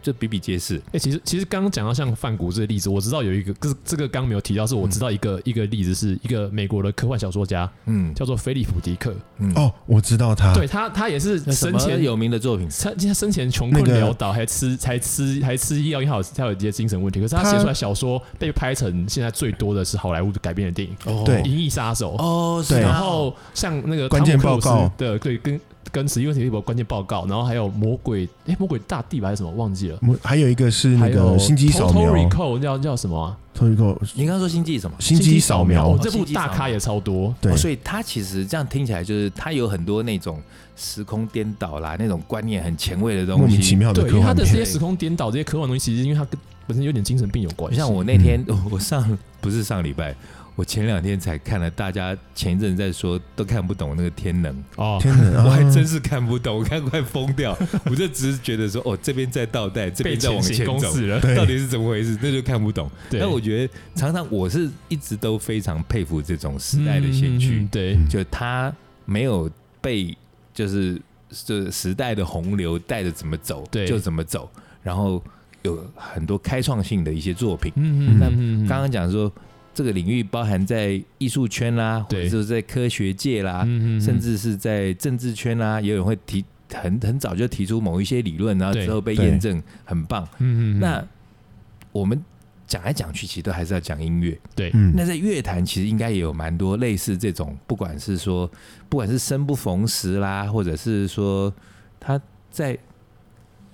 Speaker 3: 这比比皆是。
Speaker 2: 哎、其实其实刚刚讲到像范谷这个例子，我知道有一个，这这个刚没有提到，是
Speaker 1: 嗯
Speaker 2: 我知道一个、一个例子，是一个美国的科幻小说家，
Speaker 3: 嗯
Speaker 2: 叫做菲利普·迪克，
Speaker 3: 嗯，
Speaker 1: 哦，我知道他，
Speaker 2: 对他他也是
Speaker 3: 那什
Speaker 2: 生
Speaker 3: 么
Speaker 2: 前
Speaker 3: 有名的作品？
Speaker 2: 他他生前穷困
Speaker 1: 那个
Speaker 2: 潦倒，还吃还吃还吃医药也好，才有一些精神问题。可是他
Speaker 1: 他
Speaker 2: 写出来小说被拍成现在最多的是好莱坞改编的电影
Speaker 3: 哦
Speaker 1: 对
Speaker 2: 《银翼杀手》
Speaker 3: 哦，是
Speaker 1: 对
Speaker 3: 啊
Speaker 2: 然后像那个
Speaker 1: 关键报告
Speaker 2: 的对跟跟史蒂芬史蒂博关键报告，然后还有魔鬼哎、魔鬼大地吧还是什么忘记了。
Speaker 1: 我还有一个是那
Speaker 2: 还有
Speaker 1: 个心机扫
Speaker 2: t o
Speaker 1: 描
Speaker 2: t a Recall 叫叫什么啊、
Speaker 1: ，Total Recall，
Speaker 3: 你刚刚说星际什么？
Speaker 1: 心机扫描
Speaker 2: 哦，这部大咖也超多。
Speaker 1: 对
Speaker 3: 哦，所以他其实这样听起来就是他有很多那种时空颠倒啦，那种观念很前卫的东西，
Speaker 1: 莫名其妙的
Speaker 2: 对，
Speaker 1: 科
Speaker 2: 因为他
Speaker 1: 幻
Speaker 2: 的
Speaker 1: 片
Speaker 2: 这。些时空颠倒、这些科幻东西，其实因为他跟本身有点精神病有关系。
Speaker 3: 像我那天，
Speaker 1: 嗯
Speaker 3: 我上不是上礼拜，我前两天才看了，大家前一阵在说都看不懂那个天能，
Speaker 2: 哦，
Speaker 1: 天哪！
Speaker 3: 我还
Speaker 1: 啊
Speaker 3: 真是看不懂，我看快疯掉。我就只是觉得说，哦，这边在倒带，这
Speaker 2: 被
Speaker 3: 边在往
Speaker 2: 前行
Speaker 3: 前
Speaker 2: 公
Speaker 3: 走，
Speaker 2: 司了。
Speaker 1: 对
Speaker 3: 到底是怎么回事？那就看不懂。
Speaker 2: 对，
Speaker 3: 但我觉得常常我是一直都非常佩服这种时代的先
Speaker 2: 嗯嗯
Speaker 3: 驱
Speaker 2: 嗯，对
Speaker 1: 嗯
Speaker 3: 就他没有被就是这时代的洪流带着怎么走，
Speaker 2: 对
Speaker 3: 就怎么走，然后有很多开创性的一些作品。
Speaker 2: 嗯嗯
Speaker 3: 那
Speaker 2: 嗯，
Speaker 3: 刚刚讲说这个领域包含在艺术圈啦，或
Speaker 2: 对
Speaker 3: 者是在科学界啦，
Speaker 2: 嗯
Speaker 3: 甚至是在政治圈啦，也有人会提很很早就提出某一些理论，然后
Speaker 2: 对
Speaker 3: 之后被
Speaker 1: 对
Speaker 3: 验证，很棒。
Speaker 2: 嗯嗯，
Speaker 3: 那我们讲来讲去，其实都还是要讲音乐。
Speaker 2: 对，
Speaker 1: 嗯，
Speaker 3: 那在乐坛，其实应该也有蛮多类似这种，不管是说，不管是生不逢时啦，或者是说他在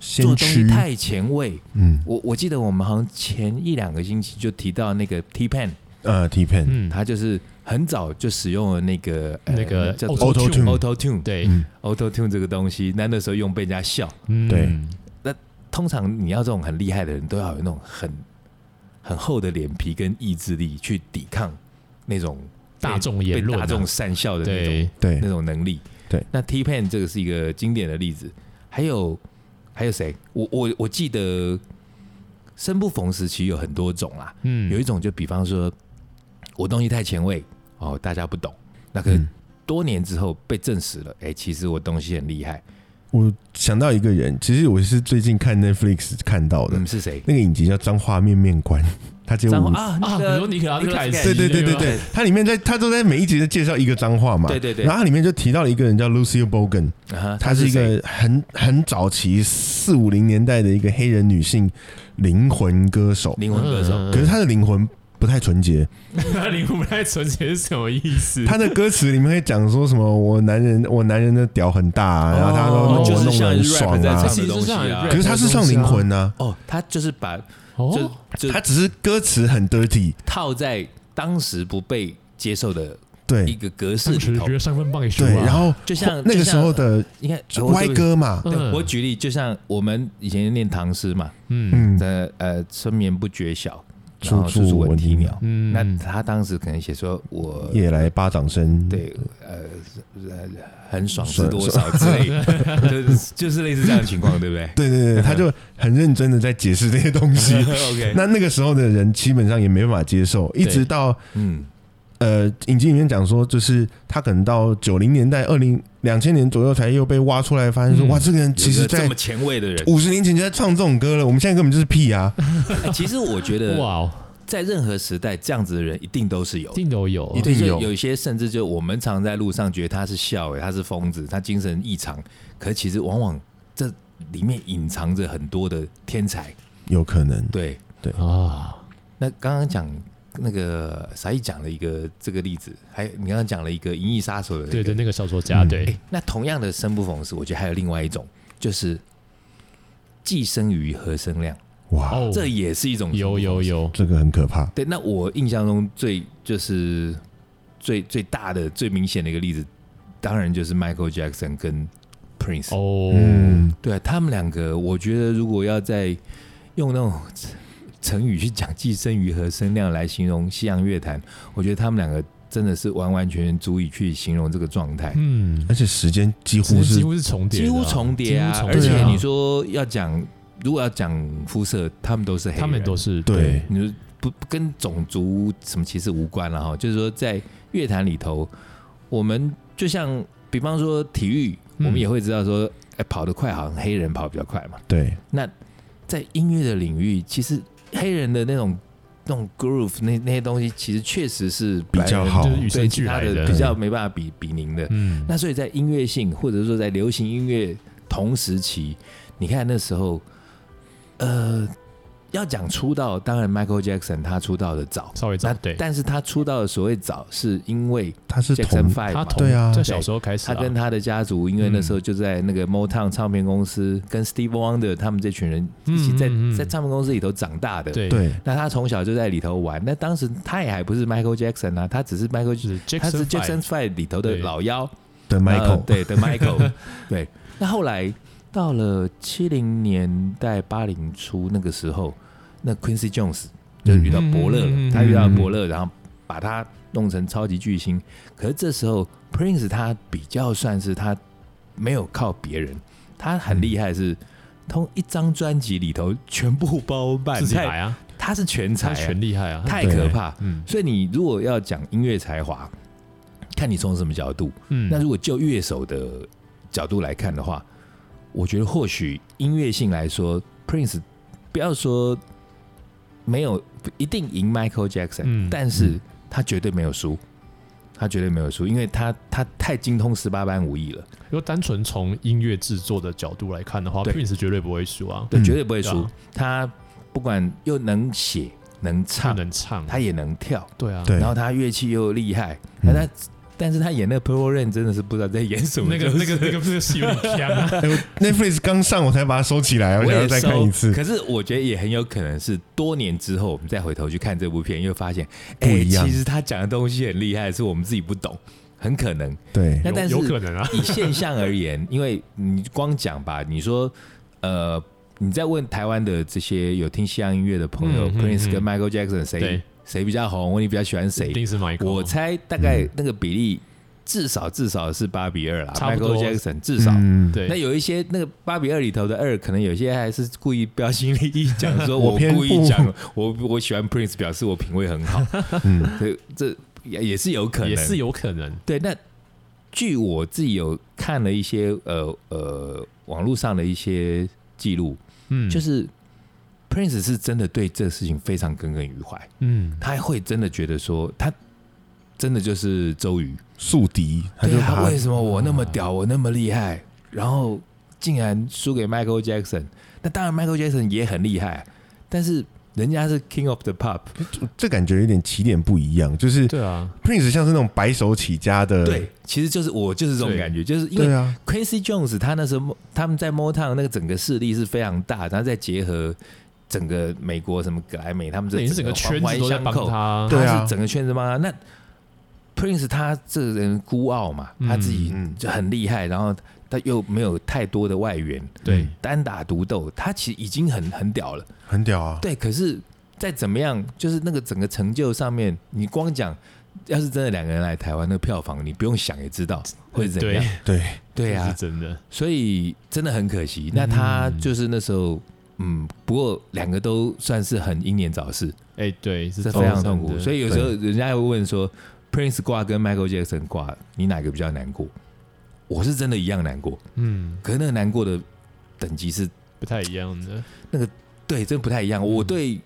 Speaker 3: 做
Speaker 1: 先
Speaker 3: 东西
Speaker 1: 驱，
Speaker 3: 太前卫。
Speaker 1: 嗯
Speaker 3: 我我记得我们好像前一两个星期就提到那个 T Pan，
Speaker 1: 呃，T Pen，
Speaker 2: 嗯，
Speaker 3: 他就是很早就使用了那个、呃、
Speaker 2: 那个
Speaker 3: 叫
Speaker 1: Auto Tune
Speaker 3: Auto Tune
Speaker 2: 对，
Speaker 1: 嗯
Speaker 3: Auto Tune 这个东西，那那时候用被人家笑。
Speaker 2: 嗯
Speaker 1: 对
Speaker 3: 通常你要这种很厉害的人，都要有那种很很厚的脸皮跟意志力去抵抗那种
Speaker 2: 大众
Speaker 3: 被
Speaker 2: 言论啊，
Speaker 3: 大众善笑的那种
Speaker 2: 对，
Speaker 1: 对嗯
Speaker 3: 那，种能力。
Speaker 1: 对，
Speaker 3: 那 T Pan 这个是一个经典的例子，还有还有谁？我我我记得生不逢时期有很多种啊啦，
Speaker 2: 嗯，
Speaker 3: 有一种就比方说我东西太前卫哦，大家不懂，那可能
Speaker 1: 嗯
Speaker 3: 多年之后被证实了，哎、其实我东西很厉害，
Speaker 1: 我想到一个人，其实我是最近看 Netflix 看到的
Speaker 3: 嗯，，是谁？
Speaker 1: 那个影集叫《脏话面面观》，他只有
Speaker 3: 张
Speaker 1: 五，
Speaker 3: 啊
Speaker 2: 啊，
Speaker 3: 那
Speaker 2: 你
Speaker 3: 个
Speaker 2: 说尼可拉斯凯
Speaker 3: 尼
Speaker 2: 奇，
Speaker 3: 可
Speaker 1: 对
Speaker 3: 拉斯凯奇
Speaker 1: 对对对对，它里面在他都在每一集都介绍一个脏话嘛，
Speaker 3: 对对对
Speaker 1: 然后它里面就提到了一个人叫 Lucy Bogan，
Speaker 3: 啊哈
Speaker 1: 她是一
Speaker 3: 谁
Speaker 1: 个很很早期四五零年代的一个黑人女性灵魂歌手，
Speaker 3: 灵魂歌手，
Speaker 1: 可是她的灵魂不太纯洁，
Speaker 2: 他领不太纯洁是什么意
Speaker 3: 嗯
Speaker 2: 思？
Speaker 1: 她的歌词里面会讲说什么我男人我男人的屌很大、啊，然后他
Speaker 3: 哦
Speaker 1: 说
Speaker 3: 就
Speaker 1: 我
Speaker 3: 是
Speaker 1: 弄得很
Speaker 3: 像 rap
Speaker 1: 爽
Speaker 3: 在
Speaker 1: 啊
Speaker 3: 唱，
Speaker 2: 其实是像
Speaker 1: 可是她是唱灵魂呢、
Speaker 3: 哦，他就是把就
Speaker 2: 哦，
Speaker 3: 就
Speaker 1: 她只是歌词很 dirty，
Speaker 3: 套在当时不被接受的一
Speaker 1: 对
Speaker 3: 个格式
Speaker 2: 当时
Speaker 3: 里头
Speaker 2: 觉，得三分棒给输
Speaker 1: 对，
Speaker 2: 了，
Speaker 1: 然后
Speaker 3: 啊就像
Speaker 1: 那个
Speaker 3: 就像
Speaker 1: 时候的
Speaker 3: 你看
Speaker 1: 就歪。
Speaker 3: 哦
Speaker 1: 歌嘛，
Speaker 3: 对不起对，
Speaker 2: 嗯
Speaker 3: 我举例，就像我们以前念唐诗嘛，
Speaker 2: 嗯
Speaker 1: 嗯，
Speaker 3: 呃呃，春眠不觉晓，然
Speaker 1: 处
Speaker 3: 后处
Speaker 1: 处
Speaker 3: 处闻
Speaker 1: 闻
Speaker 3: 啼
Speaker 1: 啼
Speaker 3: 鸟
Speaker 1: 鸟。
Speaker 2: 嗯，
Speaker 3: 那他当时可能写说，我
Speaker 1: 夜来巴掌声，，
Speaker 3: 对呃呃很爽是
Speaker 1: 爽
Speaker 3: 多少之 类的，就是就是类似这样的情况，对不对
Speaker 1: 对对 对，他就很认真的在解释这些东西。
Speaker 3: ？OK，
Speaker 1: 那那个时候的人基本上也没办法接受，一直到
Speaker 3: 嗯，
Speaker 1: 呃影集里面讲说，就是他可能到九零年代、二零两千年左右才又被挖出来，发现说、
Speaker 2: 嗯
Speaker 1: 哇，这个人其
Speaker 3: 有
Speaker 1: 实
Speaker 3: 个这
Speaker 1: 在
Speaker 3: 么前卫的人，
Speaker 1: 五十年前就在唱这种歌了，我们现在根本就是屁啊！
Speaker 3: 哎其实我觉得
Speaker 2: 哇哦，
Speaker 3: 在任何时代，这样子的人一定都是有的哦
Speaker 2: 一。定都有
Speaker 1: 一定
Speaker 3: 就是
Speaker 1: 有
Speaker 3: 有一些甚至就我们常在路上觉得他是笑诶、他是疯子，他精神异常，可是其实往往这里面隐藏着很多的天才。
Speaker 1: 有可能，
Speaker 3: 对，
Speaker 2: 啊，
Speaker 3: 那刚刚讲那个呃沙溢讲了一个这个例子，还你刚刚讲了一个《银翼杀手》的、那个，
Speaker 2: 对对，那个小说家，
Speaker 1: 嗯
Speaker 2: 对
Speaker 3: 哎，那同样的生不逢时，我觉得还有另外一种，就是寄生于和声量，
Speaker 1: 哇，
Speaker 2: 哦，
Speaker 3: 这也是一
Speaker 2: 有
Speaker 3: 种生不
Speaker 2: 有
Speaker 3: 逢时。
Speaker 2: 有，
Speaker 1: 这个很可怕。
Speaker 3: 对，那我印象中最就是最最大的、最明显的一个例子，当然就是 Michael Jackson 跟 Prince。
Speaker 2: 哦，
Speaker 1: 嗯，
Speaker 3: 对、他们两个，我觉得如果要再用那种成语去讲“寄生于和声量”来形容西洋乐坛，我觉得他们两个真的是完完全全足以去形容这个状态。
Speaker 2: 嗯，
Speaker 1: 而且时间几
Speaker 2: 其
Speaker 1: 乎
Speaker 2: 实几
Speaker 1: 是
Speaker 2: 乎是重叠的
Speaker 3: 几
Speaker 2: 啊，
Speaker 3: 乎重叠啊
Speaker 2: 几乎！重
Speaker 3: 而
Speaker 2: 叠
Speaker 3: 且
Speaker 2: 啊
Speaker 3: 你说要讲，如果要讲肤色，他们都是黑人，
Speaker 2: 他们都是
Speaker 1: 对，
Speaker 3: 你说不不跟种族什么其实无关了哈，就是说在乐坛里头，我们就像比方说体育，
Speaker 2: 嗯
Speaker 3: 我们也会知道说，哎、跑得快好像黑人跑比较快嘛。
Speaker 1: 对，
Speaker 3: 在音乐的领域，其实黑人的那种那种 groove 那那些东西，其实确实是
Speaker 1: 比
Speaker 3: 白人
Speaker 1: 较好
Speaker 2: 就是与
Speaker 3: 对
Speaker 2: 生
Speaker 3: 其
Speaker 2: 俱
Speaker 3: 他
Speaker 2: 来
Speaker 3: 的
Speaker 2: 的，
Speaker 3: 比较没办法比比您的。
Speaker 2: 嗯，
Speaker 3: 那所以在音乐性或者说在流行音乐同时期，你看那时候，呃，要讲出道，当然 Michael Jackson 他出道的早，
Speaker 2: 稍微早
Speaker 3: 那
Speaker 2: 对，
Speaker 3: 但是他出道的所谓早，是因为
Speaker 1: 他是
Speaker 3: Jackson
Speaker 1: 同
Speaker 3: Five
Speaker 2: 他
Speaker 3: 嘛。
Speaker 2: 从
Speaker 1: 对啊
Speaker 2: 在小时候开始
Speaker 3: 他
Speaker 2: 啊，
Speaker 3: 跟他的家族，因为
Speaker 2: 嗯
Speaker 3: 那时候就在那个 Motown 唱片公司，跟 Steve Wonder 他们这群人一起在、
Speaker 2: 嗯嗯嗯
Speaker 3: 在唱片公司里头长大的。
Speaker 2: 对，
Speaker 1: 对
Speaker 3: 那他从小就在里头玩。那当时他也还不是 Michael Jackson 啊，他只是 Michael，
Speaker 2: 就是
Speaker 3: 他是
Speaker 2: Jackson
Speaker 3: Jackson
Speaker 2: Five，
Speaker 3: Five 里头的
Speaker 2: 对
Speaker 3: 老幺。
Speaker 1: 的
Speaker 3: 呃
Speaker 1: Michael，
Speaker 3: 对的 Michael，对。 那后来到了七零年代八零初那个时候，那 Quincy Jones 就遇到伯乐了，
Speaker 2: 嗯嗯嗯嗯
Speaker 3: 他遇到伯乐，然后把他弄成超级巨星。可是这时候 Prince 他比较算是他没有靠别人，他很厉害是。通一张专辑里头全部包办，
Speaker 2: 自己
Speaker 3: 太
Speaker 2: 来啊，
Speaker 3: 他是全才、
Speaker 2: 他
Speaker 3: 啊，
Speaker 2: 全厉害啊，
Speaker 3: 太
Speaker 1: 对
Speaker 3: 可怕。
Speaker 2: 嗯
Speaker 3: 所以你如果要讲音乐才华，看你从什么角度，
Speaker 2: 嗯，
Speaker 3: 那如果就乐手的角度来看的话，我觉得或许音乐性来说，Prince 不要说没有一定赢 Michael Jackson，、
Speaker 2: 嗯
Speaker 3: 但是他绝对没有输，他绝对没有输，因为他他太精通十八般武艺了，
Speaker 2: 如果单纯从音乐制作的角度来看的话
Speaker 3: 对
Speaker 2: ，Prince 绝对不会输啊，
Speaker 3: 对，
Speaker 1: 嗯
Speaker 3: 绝对不会
Speaker 2: 对啊
Speaker 3: 输。他不管又能写能
Speaker 2: 他
Speaker 3: 唱，
Speaker 2: 能唱，
Speaker 3: 他也能跳，
Speaker 2: 对啊，
Speaker 1: 对
Speaker 3: 然后他乐器又厉害，
Speaker 1: 嗯
Speaker 3: 那他但是他演那个 Purple Rain 真的是不知道在演什么，
Speaker 2: 那个
Speaker 3: 就是
Speaker 2: 那个那个那个是有点强啊，
Speaker 1: 哎我 Netflix 刚上，我才把它收起来，我
Speaker 3: 我
Speaker 1: 想要
Speaker 3: 也
Speaker 1: 再看一次。
Speaker 3: 可是我觉得也很有可能是多年之后，我们再回头去看这部片，又发现，
Speaker 1: 不
Speaker 3: 哎、
Speaker 1: 一样
Speaker 3: 其实他讲的东西很厉害，是我们自己不懂，很可能。
Speaker 1: 对，
Speaker 3: 那但是
Speaker 2: 有有可能啊，
Speaker 3: 以现象而言，因为你光讲吧，你说，呃，你在问台湾的这些有听西洋音乐的朋友、
Speaker 2: 嗯嗯
Speaker 3: p r i n
Speaker 2: 嗯
Speaker 3: c e 跟 Michael Jackson 谁
Speaker 2: 对
Speaker 3: 谁比较红，或你比较喜欢
Speaker 2: 一
Speaker 3: 谁，
Speaker 2: 定是 Michael，
Speaker 3: 我猜大概
Speaker 1: 嗯
Speaker 3: 那个比例至少至少是八比二啦
Speaker 2: 差不
Speaker 3: ，Michael
Speaker 2: 多
Speaker 3: Jackson 至少。
Speaker 1: 嗯，
Speaker 2: 对，
Speaker 3: 那有一些那个八比二里头的二，可能有些还是故意标新立异，讲说我
Speaker 1: 偏
Speaker 3: 故意
Speaker 1: 不
Speaker 3: 讲我我喜欢 Prince，表示我品味很好，
Speaker 1: 嗯，
Speaker 3: 这这也也是有可能，
Speaker 2: 也是有可能，
Speaker 3: 对。那据我自己有看了一些呃呃网络上的一些记录，
Speaker 2: 嗯，
Speaker 3: 就是 Prince 是真的对这个事情非常耿耿于怀，
Speaker 2: 嗯，
Speaker 3: 他会真的觉得说他真的就是周瑜，
Speaker 1: 宿敌，他就嗯
Speaker 3: 对
Speaker 1: 把
Speaker 3: 啊，
Speaker 1: 它
Speaker 3: 为什么我那么屌，我那么厉害，然后竟然输给 Michael Jackson？那当然，Michael Jackson 也很厉害，但是人家是 King of the Pop，
Speaker 1: 这感觉有点起点不一样，就是
Speaker 2: 对啊，
Speaker 1: Prince 像是那种白手起家的，
Speaker 3: 对，其实就是我就是这种
Speaker 2: 对
Speaker 3: 感觉，就是因
Speaker 1: 对
Speaker 3: 为
Speaker 1: 啊，
Speaker 3: Quincy Jones 他那时候他们在 Motown 那个整个势力是非常大，然后再结合整个美国什么格莱美，他们
Speaker 2: 等
Speaker 3: 这
Speaker 2: 于是整个圈子都在帮
Speaker 3: 环环相扣
Speaker 2: 他，
Speaker 1: 对啊
Speaker 3: 他是整个圈子帮他。那 Prince 他这个人孤傲嘛，
Speaker 2: 嗯
Speaker 3: 他自己
Speaker 1: 嗯
Speaker 3: 就很厉害，然后他又没有太多的外援，
Speaker 2: 对，
Speaker 3: 单打独斗，他其实已经很很屌了。
Speaker 1: 很屌啊，
Speaker 3: 对，可是再怎么样，就是那个整个成就上面，你光讲，要是真的两个人来台湾，那票房你不用想也知道会是怎
Speaker 2: 对
Speaker 3: 样。，
Speaker 1: 对，
Speaker 3: 对
Speaker 2: 这是
Speaker 3: 啊，
Speaker 2: 真的，
Speaker 3: 所以真的很可惜。那他
Speaker 2: 嗯
Speaker 3: 就是那时候，嗯，不过两个都算是很英年早逝。
Speaker 2: 哎，对，是哦
Speaker 3: 这非常
Speaker 2: 真的
Speaker 3: 痛苦。所以有时候人家会问说，Prince 挂跟 Michael Jackson 挂，你哪个比较难过？我是真的一样难过，
Speaker 2: 嗯，
Speaker 3: 可是那个难过的等级是
Speaker 2: 不太一样的，
Speaker 3: 对，真不太一样。
Speaker 2: 嗯
Speaker 3: 我对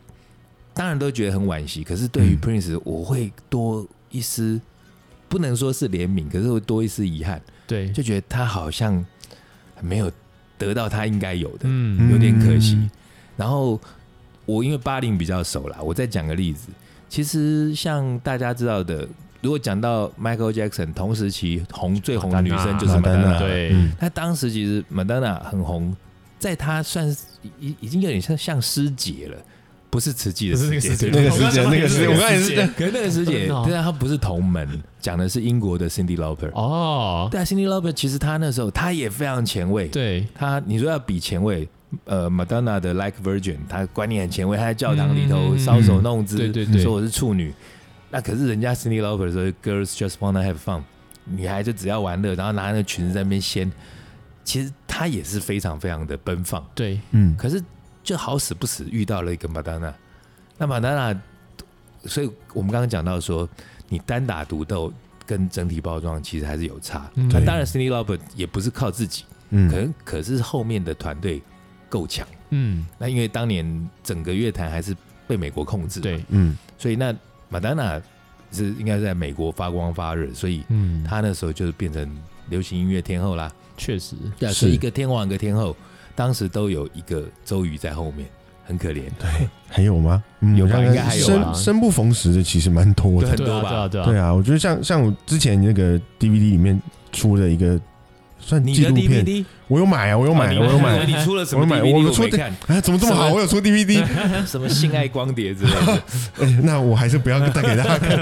Speaker 3: 当然都觉得很惋惜，可是对于
Speaker 1: 嗯
Speaker 3: Prince，我会多一丝不能说是怜悯，可是会多一丝遗憾，
Speaker 2: 对，
Speaker 3: 就觉得他好像没有得到他应该有的。
Speaker 2: 嗯
Speaker 3: 有点可惜
Speaker 1: 嗯
Speaker 3: 然后我因为八零比较熟啦，我再讲个例子。其实像大家知道的，如果讲到 Michael Jackson 同时期红最红的女生就是
Speaker 1: Madonna，
Speaker 3: Madonna，
Speaker 2: 对，
Speaker 1: 嗯
Speaker 3: 她当时其实 Madonna 很红，在她算是已已经有点像像师姐了，不是慈济的
Speaker 2: 不是那
Speaker 3: 师
Speaker 2: 个
Speaker 3: 姐，
Speaker 2: 世界，
Speaker 3: 对
Speaker 1: 那个世界那个世界
Speaker 2: 我刚刚
Speaker 1: 我刚才也是
Speaker 2: 世 界
Speaker 3: 可是那个师姐，
Speaker 2: 真的哦
Speaker 3: 对啊，她不是同门，讲的是英国的 Cindy Lauper。
Speaker 2: 哦，
Speaker 3: 对啊，Cindy Lauper 其实她那时候她也非常前卫，
Speaker 2: 对，
Speaker 3: 他你说要比前卫，呃，Madonna 的 Like Virgin，他观念很前卫，他在教堂里头
Speaker 2: 嗯
Speaker 3: 搔首弄姿，
Speaker 2: 对对对
Speaker 3: 说我是处女。那可是人家 Cindy Lauper 说 Girls just wanna have fun，女孩就只要玩乐，然后拿那裙子在那边掀。其实她也是非常非常的奔放，
Speaker 2: 对，
Speaker 1: 嗯，
Speaker 3: 可是就好死不死遇到了一个 Madonna。那 Madonna，所以我们刚刚讲到说，你单打独斗跟整体包装其实还是有差。
Speaker 2: 嗯
Speaker 3: 那当然，Cindy Lauper 也不是靠自己。
Speaker 1: 嗯
Speaker 3: 可能可是后面的团队够强。
Speaker 2: 嗯，
Speaker 3: 那因为当年整个乐坛还是被美国控制，，
Speaker 2: 对，
Speaker 1: 嗯
Speaker 3: 所以那马丹娜是应该在美国发光发热，所以
Speaker 2: 嗯，
Speaker 3: 她那时候就变成流行音乐天后啦。
Speaker 2: 确实，
Speaker 3: 对啊，
Speaker 1: 是
Speaker 3: 是一个天王，一个天后，当时都有一个周瑜在后面，很可怜。
Speaker 1: 还有吗？嗯，
Speaker 3: 有
Speaker 1: 我
Speaker 3: 吧
Speaker 1: 看看
Speaker 3: 应该还有吧
Speaker 1: 生生不逢时的其实蛮多的
Speaker 3: 对，很
Speaker 2: 对
Speaker 3: 多
Speaker 2: 啊，
Speaker 3: 吧
Speaker 2: 对啊，对啊
Speaker 1: 对，啊，我觉得像像我之前那个 DVD 里面出的一个算
Speaker 3: 你
Speaker 1: 纪
Speaker 3: 的
Speaker 1: 录片，
Speaker 3: DVD
Speaker 1: 我有买啊，我有买啊，
Speaker 3: 哦
Speaker 1: 我有买
Speaker 3: 你
Speaker 1: 啊，
Speaker 3: 你出了什么
Speaker 1: 我有买
Speaker 3: DVD？
Speaker 1: 我
Speaker 3: 我
Speaker 1: 有出
Speaker 3: 没
Speaker 1: 电
Speaker 3: 看
Speaker 1: 啊，怎么这么好？
Speaker 3: 什么
Speaker 1: 我有出 DVD，
Speaker 3: 什么性爱光碟之类 的。
Speaker 1: 哎那我还是不要带给大家看。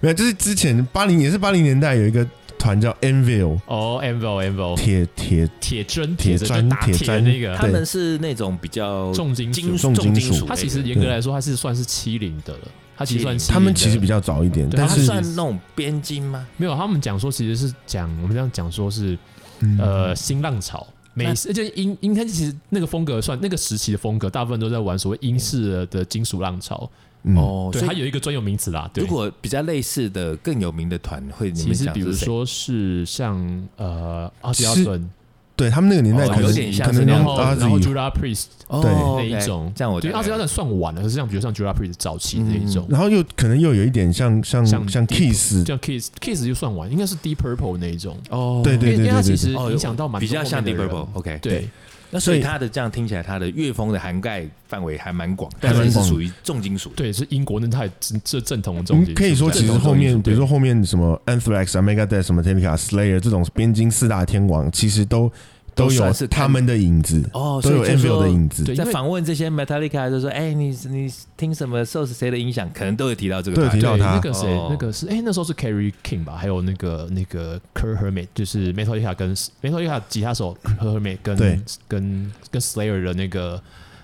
Speaker 1: 没有，就是之前八零也是八零年代有一个团叫 Anvil
Speaker 2: 哦 e n v o e n v o
Speaker 1: 铁铁
Speaker 2: 铁针、
Speaker 1: 铁
Speaker 2: 针
Speaker 1: 砖
Speaker 2: 就打
Speaker 1: 铁
Speaker 2: 铁的
Speaker 1: 砖
Speaker 2: 那个
Speaker 3: 他们是那种比较
Speaker 2: 重金属
Speaker 3: 金。
Speaker 1: 重金
Speaker 3: 重
Speaker 1: 属
Speaker 3: 属类的，
Speaker 2: 它其实严格来说，它是算是欺凌的了。它其实算
Speaker 3: 欺
Speaker 2: 欺
Speaker 3: 凌
Speaker 2: 凌
Speaker 1: 他们
Speaker 2: 的
Speaker 1: 其实比较早一点，
Speaker 2: 对
Speaker 1: 但
Speaker 3: 他
Speaker 1: 是
Speaker 3: 算那种边境吗？
Speaker 2: 没有，他们讲说其实是讲我们这样讲说是
Speaker 1: 嗯
Speaker 2: 呃新浪潮。美式就英英，它其实那个风格算那个时期的风格，大部分都在玩所谓英式的金属浪潮。
Speaker 1: 嗯
Speaker 3: 哦，
Speaker 2: 对，
Speaker 3: 所
Speaker 2: 它
Speaker 3: 以
Speaker 2: 有一个专有名词啦。对
Speaker 3: 如，果比较类似的更有名的团会，你
Speaker 2: 其
Speaker 3: 们
Speaker 2: 实
Speaker 3: 讲
Speaker 2: 比
Speaker 3: 是
Speaker 2: 如
Speaker 3: 谁
Speaker 2: 说是像呃阿迪奥
Speaker 1: 是
Speaker 2: 顿，
Speaker 1: 对他们那个年代
Speaker 3: 哦
Speaker 1: 可能、
Speaker 3: 有点像
Speaker 1: 可
Speaker 3: 是
Speaker 1: 能
Speaker 3: 那
Speaker 2: 然
Speaker 1: 让
Speaker 2: 后
Speaker 1: 阿
Speaker 2: 然后
Speaker 1: 紫
Speaker 2: Judas Priest
Speaker 3: 哦
Speaker 1: 对
Speaker 2: 那
Speaker 3: OK，
Speaker 2: 一种，
Speaker 3: 这样
Speaker 1: 哦
Speaker 3: 我
Speaker 2: 对阿迪奥
Speaker 3: 要
Speaker 2: 顿算晚了，可是啊像比如像 Judas Priest 早期那一种，
Speaker 1: 然后又可能又有一点像像
Speaker 2: 像
Speaker 1: 像
Speaker 2: Deep-
Speaker 1: Kiss，
Speaker 2: 像 Kiss Kiss 就算晚，应该是 Deep Purple 那一种，
Speaker 3: 哦
Speaker 1: 对对
Speaker 2: 因为因为它其实
Speaker 3: 哦
Speaker 2: 影响到蛮
Speaker 3: 比
Speaker 2: 多
Speaker 3: 较像
Speaker 2: 后
Speaker 3: Deep
Speaker 2: 面的人
Speaker 3: Purple。OK，哦
Speaker 2: 对，
Speaker 3: 那所以
Speaker 1: 所以
Speaker 3: 它的这样听起来，它的乐风的涵盖范围还蛮广，但
Speaker 1: 蛮
Speaker 3: 是是
Speaker 1: 广
Speaker 3: 属于重金属的。
Speaker 2: 对，是英国那太这这正统的
Speaker 1: 我
Speaker 2: 重
Speaker 1: 们
Speaker 2: 金属，
Speaker 1: 嗯可以说其实
Speaker 2: 正统
Speaker 1: 后
Speaker 2: 重金
Speaker 1: 面
Speaker 2: 属
Speaker 1: 比如说后面什么 Anthrax 啊、Megadeth 什么 t e l i c a Slayer 这种边境四大天王，其实都
Speaker 3: 都
Speaker 1: 都有
Speaker 3: 算是
Speaker 1: 他们的影子，
Speaker 3: 哦，
Speaker 1: 都
Speaker 3: 所以
Speaker 1: 有
Speaker 3: 就
Speaker 1: Anvil 的
Speaker 3: 说
Speaker 1: 影子，
Speaker 2: 对
Speaker 3: 在
Speaker 2: 因为
Speaker 3: 访问这些 Metallica 就说：“哎、你你听什么受谁的影响？”可能都有提到这个
Speaker 1: 都有提
Speaker 3: 团体。
Speaker 1: 到
Speaker 2: 对，
Speaker 1: 他
Speaker 2: 那个谁
Speaker 3: 哦，
Speaker 2: 那个是哎、那时候是 Carrie King 吧，还有那个那个 Kurt Hermit，就是 Metallica 跟 Metallica 吉他手 Kurt Hermit 跟
Speaker 1: 对
Speaker 2: 跟跟 Slayer 的那个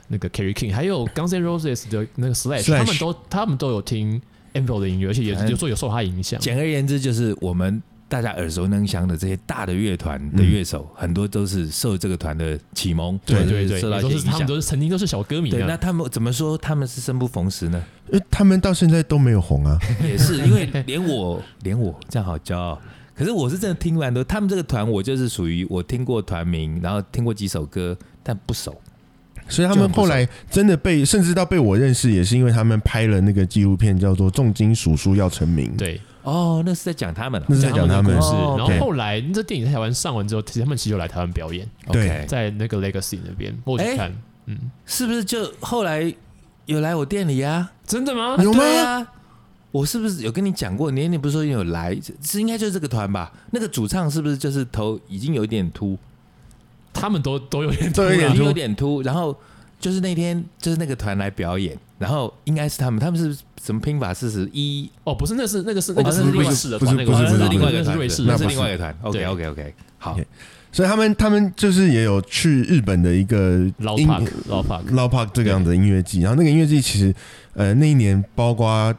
Speaker 2: 那个 Carrie King，还有 Guns N' Roses 的那个 Slash，
Speaker 1: Slash
Speaker 2: 他们都他们都有听 Anvil 的音乐，而且也
Speaker 3: 嗯
Speaker 2: 有时候有受他影响。
Speaker 3: 简而言之，就是我们大家耳熟能详的这些大的乐团的乐手，很多都是受这个团的启蒙，
Speaker 2: 嗯对
Speaker 3: 或者
Speaker 2: 对
Speaker 3: 是
Speaker 2: 对，
Speaker 3: 受
Speaker 2: 也
Speaker 3: 到一
Speaker 2: 都是
Speaker 3: 些影
Speaker 2: 他们
Speaker 3: 响。
Speaker 2: 都是曾经都是小歌迷
Speaker 3: 对，那
Speaker 2: 啊。
Speaker 3: 他们怎么说他们是生不逢时呢？
Speaker 1: 因为呃他们到现在都没有红啊，
Speaker 3: 也是因为连我连我这样好骄傲。可是我是真的听完都，他们这个团我就是属于我听过团名，然后听过几首歌，但不熟。
Speaker 1: 所以他们后来真的被，甚至到被我认识，也是因为他们拍了那个纪录片，叫做《重金属叔要成名》。，
Speaker 2: 对，
Speaker 3: 哦，那是在讲他们了
Speaker 1: 那。是在讲他们
Speaker 2: 的故事。
Speaker 3: 哦
Speaker 2: 然后
Speaker 1: ，OK
Speaker 2: 后来这电影在台湾上完之后，其实他们其实有来台湾表演，
Speaker 1: 对
Speaker 3: OK
Speaker 2: 在那个 Legacy 那边，我有去
Speaker 3: 哎
Speaker 2: 看。嗯，
Speaker 3: 是不是就后来有来我店里啊？
Speaker 2: 真的吗？
Speaker 1: 有吗
Speaker 3: 对啊，我是不是有跟你讲过？你你不是说有来？是应该就是这个团吧？那个主唱是不是就是头已经有点秃，
Speaker 2: 他们都都有点
Speaker 1: 都有
Speaker 3: 已
Speaker 1: 点
Speaker 3: 经有
Speaker 1: 秃，
Speaker 3: 点秃？然后就是那天就是那个团来表演，然后应该是他们，他们是什么拼法？是十一，
Speaker 2: 哦，不是，那是那个是
Speaker 1: 哦
Speaker 2: 那个
Speaker 1: 不是
Speaker 2: 瑞
Speaker 1: 不是
Speaker 2: 士的
Speaker 1: 不
Speaker 2: 团，
Speaker 1: 是
Speaker 2: 那个
Speaker 1: 不是
Speaker 2: 团
Speaker 1: 不是
Speaker 2: 那个
Speaker 3: 那是另外一个
Speaker 2: 那
Speaker 3: 团，
Speaker 2: 是瑞士
Speaker 1: 那
Speaker 3: 那
Speaker 1: 不
Speaker 2: 的，
Speaker 3: 是
Speaker 1: 是
Speaker 3: 另外一个团。OK OK OK，好
Speaker 1: OK，所以他们他们就是也有去日本的一个
Speaker 2: 老
Speaker 1: 音
Speaker 2: park 老 park，
Speaker 1: Loud Park 这个样子的音乐季，然后那个音乐季其实呃那一年包括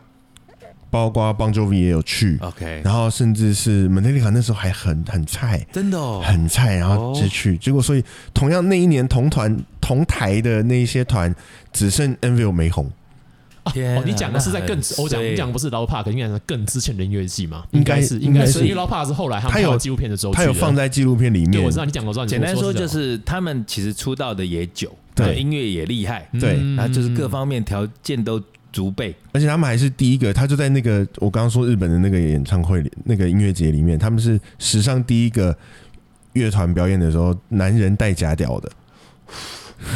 Speaker 1: 包括 Bon Jovi 也有去，
Speaker 2: 哦
Speaker 3: OK，
Speaker 1: 然后甚至是 Metallica 那时候还很很菜。
Speaker 3: 真的哦，
Speaker 1: 很菜，然后直
Speaker 2: 哦
Speaker 1: 去，结果所以同样那一年同团同台的那一些团，只剩 Envil 没红，
Speaker 3: 天
Speaker 2: 哦
Speaker 3: 啊，
Speaker 2: 你讲的是在更
Speaker 1: 哎
Speaker 2: 之我讲你讲。
Speaker 3: 那很衰
Speaker 2: 不是老 park，应该是更之前的音乐季嘛？
Speaker 1: 应
Speaker 2: 应
Speaker 1: 该
Speaker 2: 是
Speaker 1: 应该
Speaker 2: 是，
Speaker 1: 是
Speaker 2: 因为老 park 是后来他们
Speaker 1: 他
Speaker 2: 拍
Speaker 1: 有
Speaker 2: 了纪录片的时候去的，
Speaker 1: 他有放在纪录片里
Speaker 2: 对，
Speaker 1: 面
Speaker 2: 我知。道你讲，我知道你
Speaker 3: 简单说
Speaker 2: 说
Speaker 3: 就是是他们其实出道的也久，
Speaker 1: 对
Speaker 3: 然后音乐也厉害，
Speaker 2: 这样
Speaker 1: 对
Speaker 2: 嗯
Speaker 3: 然后就是各方面条件都足备。
Speaker 1: 而且他们还是第一个，他就在那个我刚刚说日本的那个演唱会里，那个音乐节里面，他们是史上第一个乐团表演的时候，男人戴假屌的。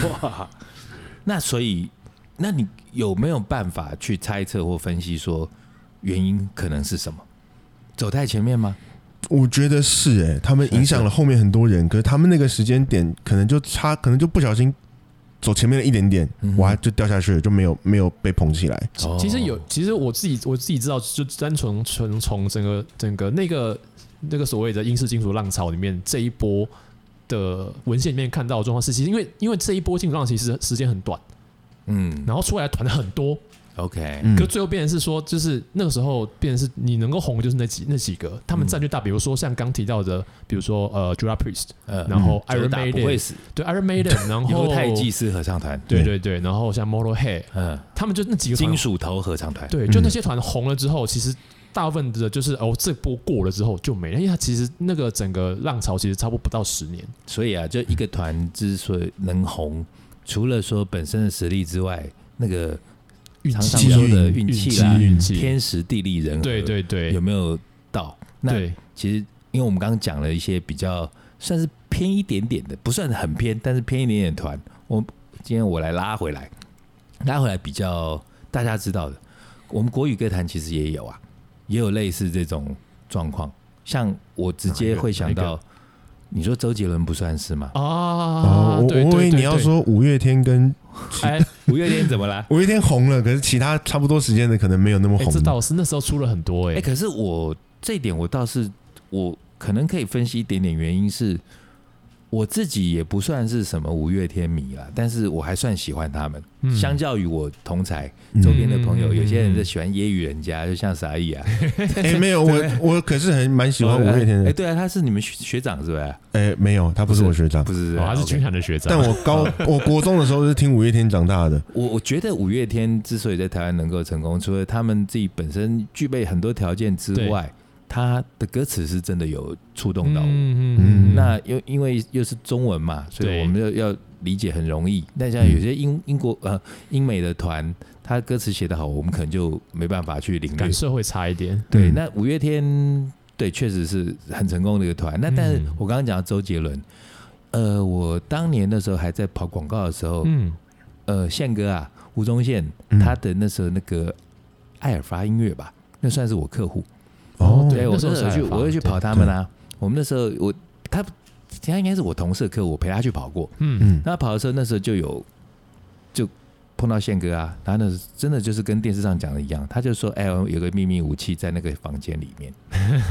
Speaker 3: 哇，那所以，那你有没有办法去猜测或分析说原因可能是什么？走太前面吗？
Speaker 1: 我觉得是哎、他们影响了后面很多人，可是他们那个时间点可能就差，可能就不小心走前面了一点点，
Speaker 3: 嗯
Speaker 1: 哇，就掉下去了，就没有没有被捧起来。
Speaker 2: 嗯其其实有，其实我自己我自己知道，就单纯纯从整个整个那个那个所谓的英式金属浪潮里面这一波的文献里面看到的状况是，其实因为因为这一波金属浪其实时间很短，
Speaker 3: 嗯
Speaker 2: 然后出来的团很多，
Speaker 3: ，OK，
Speaker 1: 嗯
Speaker 2: 可，最后变成是说，就是那个时候变成是你能够红的就是那几那几个，他们占据大，比如说像刚提到的，比如说呃 Judas Priest，
Speaker 3: 呃
Speaker 2: 然后
Speaker 3: 嗯
Speaker 2: Iron
Speaker 3: 就打不会
Speaker 2: Maiden，
Speaker 3: 死，
Speaker 2: 对 Iron Maiden，然后
Speaker 3: 犹太祭司合唱团，
Speaker 2: 对对对，然后像 Motorhead，
Speaker 3: 嗯，
Speaker 2: 他们就那几个团
Speaker 3: 金，属头合唱团，
Speaker 2: 对，就那些团红了之后，其实大部分的就是哦这波过了之后就没了，因为它其实那个整个浪潮其实差不多不到十年，
Speaker 3: 所以啊，就一个团之所以能红，除了说本身的实力之外，那个
Speaker 2: 运
Speaker 3: 常常
Speaker 2: 气
Speaker 1: 机
Speaker 3: 说
Speaker 2: 啊
Speaker 1: 遇
Speaker 3: 的
Speaker 1: 运
Speaker 3: 运气
Speaker 2: 气
Speaker 3: 啦，
Speaker 2: 运气
Speaker 3: 天时地利人和，
Speaker 2: 对对对
Speaker 3: 有没有到？那
Speaker 2: 对，
Speaker 3: 其实因为我们刚刚讲了一些比较算是偏一点点的，不算很偏，但是偏一点点的团。我今天我来拉回来，拉回来比较大家知道的，我们国语歌坛其实也有啊，也有类似这种状况。像我直接会想
Speaker 2: 哪一
Speaker 3: 到，你说周杰伦不算是吗？
Speaker 2: 啊，
Speaker 1: 哦，我
Speaker 2: 对
Speaker 1: 我以为
Speaker 2: 对对
Speaker 1: 你要
Speaker 2: 对
Speaker 1: 说五月天跟
Speaker 2: 哎
Speaker 3: 五月天怎么啦？
Speaker 1: 五月天红了，可是其他差不多时间的可能没有那么
Speaker 2: 哎，
Speaker 1: 红
Speaker 2: 这。倒是那时候出了很多
Speaker 3: 哎、
Speaker 2: 哎，
Speaker 3: 可是我这一点我倒是我可能可以分析一点点原因是，我自己也不算是什么五月天迷啦，但是我还算喜欢他们。
Speaker 2: 嗯
Speaker 3: 相较于我同才周边的朋友，
Speaker 2: 嗯
Speaker 3: 有些人就喜欢揶揄人家，就像傻义啊，
Speaker 1: 哎、没有我，我可是很蛮喜
Speaker 2: 哦
Speaker 1: 欢五月天
Speaker 3: 哎、
Speaker 1: 的。
Speaker 3: 对啊，他是你们学学长是不是？
Speaker 1: 哎、没有，他不是我学长，
Speaker 3: 不是，
Speaker 2: 哦他是军
Speaker 3: OK
Speaker 2: 团的学长，
Speaker 1: 但我高我国中的时候是听五月天长大的。
Speaker 3: 我我觉得五月天之所以在台湾能够成功，除了他们自己本身具备很多条件之外，他的歌词是真的有触动到我。
Speaker 2: 嗯
Speaker 1: 嗯
Speaker 3: 那又因为又是中文嘛，所以
Speaker 2: 对
Speaker 3: 我们要要理解很容易。那像有些英英国呃英美的团，他歌词写得好，我们可能就没办法去领略
Speaker 2: 感。受会差一点，
Speaker 3: 对，
Speaker 1: 嗯
Speaker 3: 那五月天对确实是很成功的一个团。那但是
Speaker 2: 嗯
Speaker 3: 我刚刚讲到周杰伦，呃，我当年的时候还在跑广告的时候，
Speaker 2: 嗯，
Speaker 3: 呃，宪哥啊，吴宗宪
Speaker 1: 嗯，
Speaker 3: 他的那时候那个爱尔发音乐吧，那算是我客户。
Speaker 1: 嗯
Speaker 2: 哦对
Speaker 3: 对我
Speaker 2: 那时候
Speaker 3: 那时候
Speaker 2: 是
Speaker 3: 去，
Speaker 2: 爱尔发
Speaker 3: 我会去
Speaker 2: 对
Speaker 3: 跑他们啊。我们那时候我他他应该是我同事的客户，我陪他去跑过。
Speaker 2: 嗯
Speaker 1: 嗯，
Speaker 3: 那跑的时候那时候就有就碰到宪哥啊，然后那时候真的就是跟电视上讲的一样，他就说：“哎，有个秘密武器在那个房间里面。”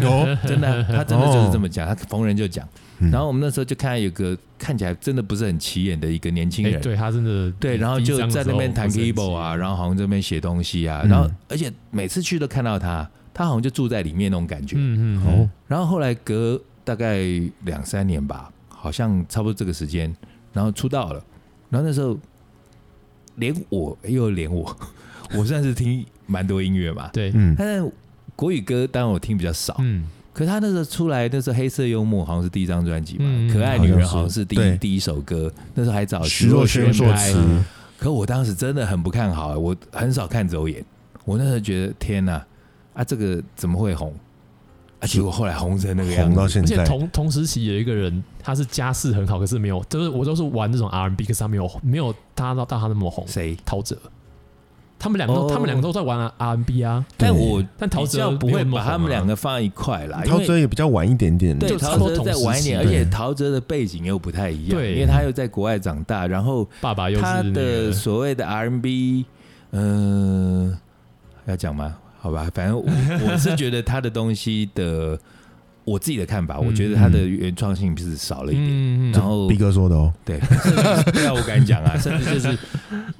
Speaker 1: 有，
Speaker 3: 真的啊、他真的就是这么讲，他逢人就
Speaker 2: 哦
Speaker 3: 讲。
Speaker 1: 嗯
Speaker 3: 然后我们那时候就看到有个看起来真的不是很起眼的一个年轻
Speaker 2: 哎、
Speaker 3: 人，
Speaker 2: 对他真的
Speaker 3: 对，然后
Speaker 2: 第一
Speaker 3: 就
Speaker 2: 张的
Speaker 3: 在那
Speaker 2: 时
Speaker 3: 边
Speaker 2: 候
Speaker 3: 弹
Speaker 2: 不是很
Speaker 3: keyboard 啊，
Speaker 2: 急
Speaker 3: 然后好像这边写东西啊，
Speaker 1: 嗯
Speaker 3: 然后而且每次去都看到他，他好像就住在里面那种感觉。
Speaker 2: 嗯嗯，
Speaker 1: 哦
Speaker 2: 哦，
Speaker 3: 然后后来隔大概两三年吧，好像差不多这个时间，然后出道了，然后那时候连我又连我， 我算是听蛮多音乐嘛，
Speaker 2: 对，
Speaker 1: 嗯，
Speaker 3: 但是国语歌当然我听比较少，
Speaker 2: 嗯，
Speaker 3: 可是他那时候出来，那时候黑色幽默好像是第一张专辑嘛，
Speaker 2: 嗯
Speaker 3: 可爱女人好
Speaker 1: 好像
Speaker 3: 像
Speaker 1: 是
Speaker 3: 是第
Speaker 1: 对
Speaker 3: 一第一首歌，那时候还找
Speaker 1: 徐若瑄作
Speaker 3: 拍
Speaker 1: 词，
Speaker 3: 可我当时真的很不看好，我很少看走眼。我那时候觉得天哪、啊，这个怎么会红？啊，结果后来红成那个样
Speaker 1: 红到
Speaker 3: 子。
Speaker 1: 现
Speaker 2: 而且
Speaker 1: 在，
Speaker 2: 同同时期有一个人，他是家世很好，可是没有，就是我都是玩这种 R&B，可是他没有没有他到到他那么红。
Speaker 3: 谁？
Speaker 2: 陶喆，他们两个都、
Speaker 3: 哦
Speaker 2: 他们两个都在玩 R&B 啊，
Speaker 1: 对
Speaker 3: 但我
Speaker 2: 但陶喆
Speaker 3: 比较不
Speaker 2: 没
Speaker 3: 会
Speaker 2: 有那么
Speaker 3: 把他
Speaker 2: 红
Speaker 3: 们
Speaker 2: 啊
Speaker 3: 两个放一块啦，因
Speaker 1: 陶
Speaker 3: 为
Speaker 1: 喆也比较晚一点点，
Speaker 3: 对
Speaker 2: 就差
Speaker 3: 陶
Speaker 2: 不多
Speaker 3: 喆
Speaker 2: 同
Speaker 3: 再
Speaker 2: 时
Speaker 3: 晚一
Speaker 2: 期
Speaker 3: 点，而
Speaker 2: 对
Speaker 3: 且陶喆的背景又不太一样，
Speaker 2: 对
Speaker 3: 因为他又在国外长大，然后
Speaker 2: 爸爸又是
Speaker 3: 他
Speaker 2: 那
Speaker 3: 的
Speaker 2: 个
Speaker 3: 所谓的 R&B，嗯、呃，要讲吗？好吧，反正我我是觉得他的东西的，我自己的看法，我
Speaker 2: 嗯
Speaker 3: 觉得他的原创性是少了一点。
Speaker 2: 嗯嗯
Speaker 3: 然
Speaker 2: 嗯，
Speaker 3: 后
Speaker 1: 逼哥说的哦，
Speaker 3: 对，甚至 对啊，我敢讲啊，甚至就是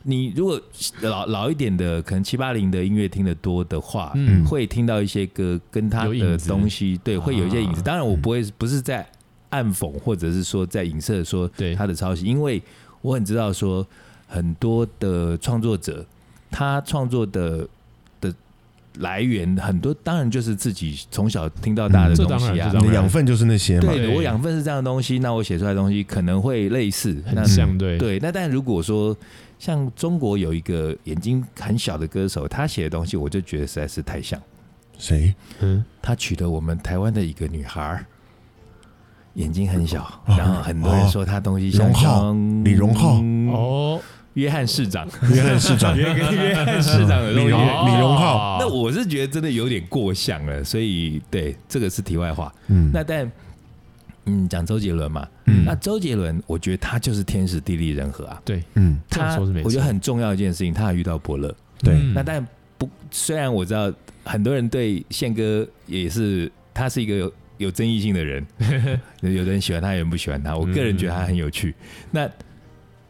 Speaker 3: 你如果老老一点的，可能七八零的音乐听得多的话，
Speaker 2: 嗯
Speaker 3: 会听到一些歌跟他
Speaker 2: 有影
Speaker 3: 的
Speaker 2: 子
Speaker 3: 东西，对，会有一些影子。
Speaker 2: 啊
Speaker 3: 当然，我不会不是在暗讽，或者是说在影射说
Speaker 2: 对
Speaker 3: 他的抄袭，因为我很知道说很多的创作者，他创作的的来源很多，当然就是自己从小听到大
Speaker 2: 嗯
Speaker 3: 的
Speaker 2: 这
Speaker 3: 东
Speaker 2: 当然
Speaker 3: 西
Speaker 2: 这。
Speaker 3: 啊
Speaker 1: 你
Speaker 2: 当然
Speaker 1: 的养分就是那些嘛，
Speaker 3: 对
Speaker 2: 对
Speaker 3: 我养分是这样的东西，那我写出来的东西可能会类似，那
Speaker 2: 很像对，
Speaker 3: 对，那但如果说像中国有一个眼睛很小的歌手，他写的东西，我就觉得实在是太像。
Speaker 1: 谁？
Speaker 2: 嗯，
Speaker 3: 他娶了我们台湾的一个女孩儿，眼睛很小，
Speaker 1: 哦
Speaker 3: 然后很多人说他东西像
Speaker 1: 荣浩李荣浩、
Speaker 2: 哦，
Speaker 3: 约翰市长、
Speaker 1: 约翰市长，
Speaker 3: 约翰约翰市长的东
Speaker 1: 李
Speaker 3: 西
Speaker 1: 荣。李荣
Speaker 2: 哦
Speaker 1: 浩
Speaker 3: 那我是觉得真的有点过像了，所以对这个是题外话。
Speaker 1: 嗯，
Speaker 3: 那但嗯，讲周杰伦嘛，
Speaker 1: 嗯
Speaker 3: 那周杰伦，我觉得他就是天时地利人和啊。
Speaker 2: 对，
Speaker 1: 嗯，
Speaker 2: 这样
Speaker 3: 他
Speaker 2: 说是没错，
Speaker 3: 我觉得很重要的一件事情，他还遇到伯乐。
Speaker 1: 对，
Speaker 2: 嗯
Speaker 3: 那但不，虽然我知道很多人对宪哥也是，他是一个有有争议性的人， 有的人喜欢他，有人不喜欢
Speaker 2: 嗯
Speaker 3: 他。我个人觉得他很有趣。那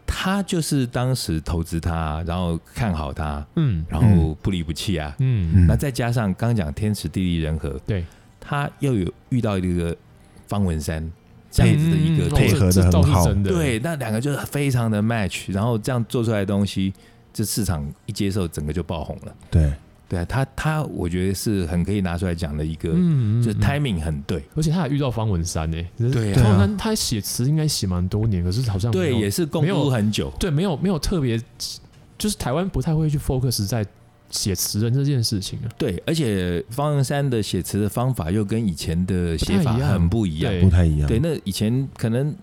Speaker 3: 他就是当时投资他，然后看好他，
Speaker 2: 嗯
Speaker 3: 然后不离不弃啊。
Speaker 2: 嗯
Speaker 1: 嗯
Speaker 3: 那再加上刚讲天时地利人和，
Speaker 2: 对，
Speaker 3: 他又有遇到一个方文山这样子的一个
Speaker 2: 嗯
Speaker 1: 配合
Speaker 2: 哦这
Speaker 1: 得很
Speaker 2: 这倒是
Speaker 1: 好
Speaker 2: 真的，
Speaker 3: 对，那两个就是非常的 match，然后这样做出来的东西，这市场一接受，整个就爆红了。
Speaker 1: 对，
Speaker 3: 对啊，他他我觉得是很可以拿出来讲的一个，
Speaker 2: 嗯，嗯，
Speaker 3: 就是
Speaker 2: 嗯
Speaker 3: timing 很对。
Speaker 2: 而且他还遇到方文山呢、欸，
Speaker 3: 对啊
Speaker 2: 方文山他写词应该写蛮多年，可是好像没有
Speaker 3: 对，也是共
Speaker 2: 没有
Speaker 3: 度很久。
Speaker 2: 对没有没有特别，就是台湾不太会去 focus 在写词人这件事情啊。
Speaker 3: 对，而且方文山的写词的方法又跟以前的写法
Speaker 2: 不太一样
Speaker 3: 很不一样。
Speaker 1: 不太一样，
Speaker 3: 对，那以前可能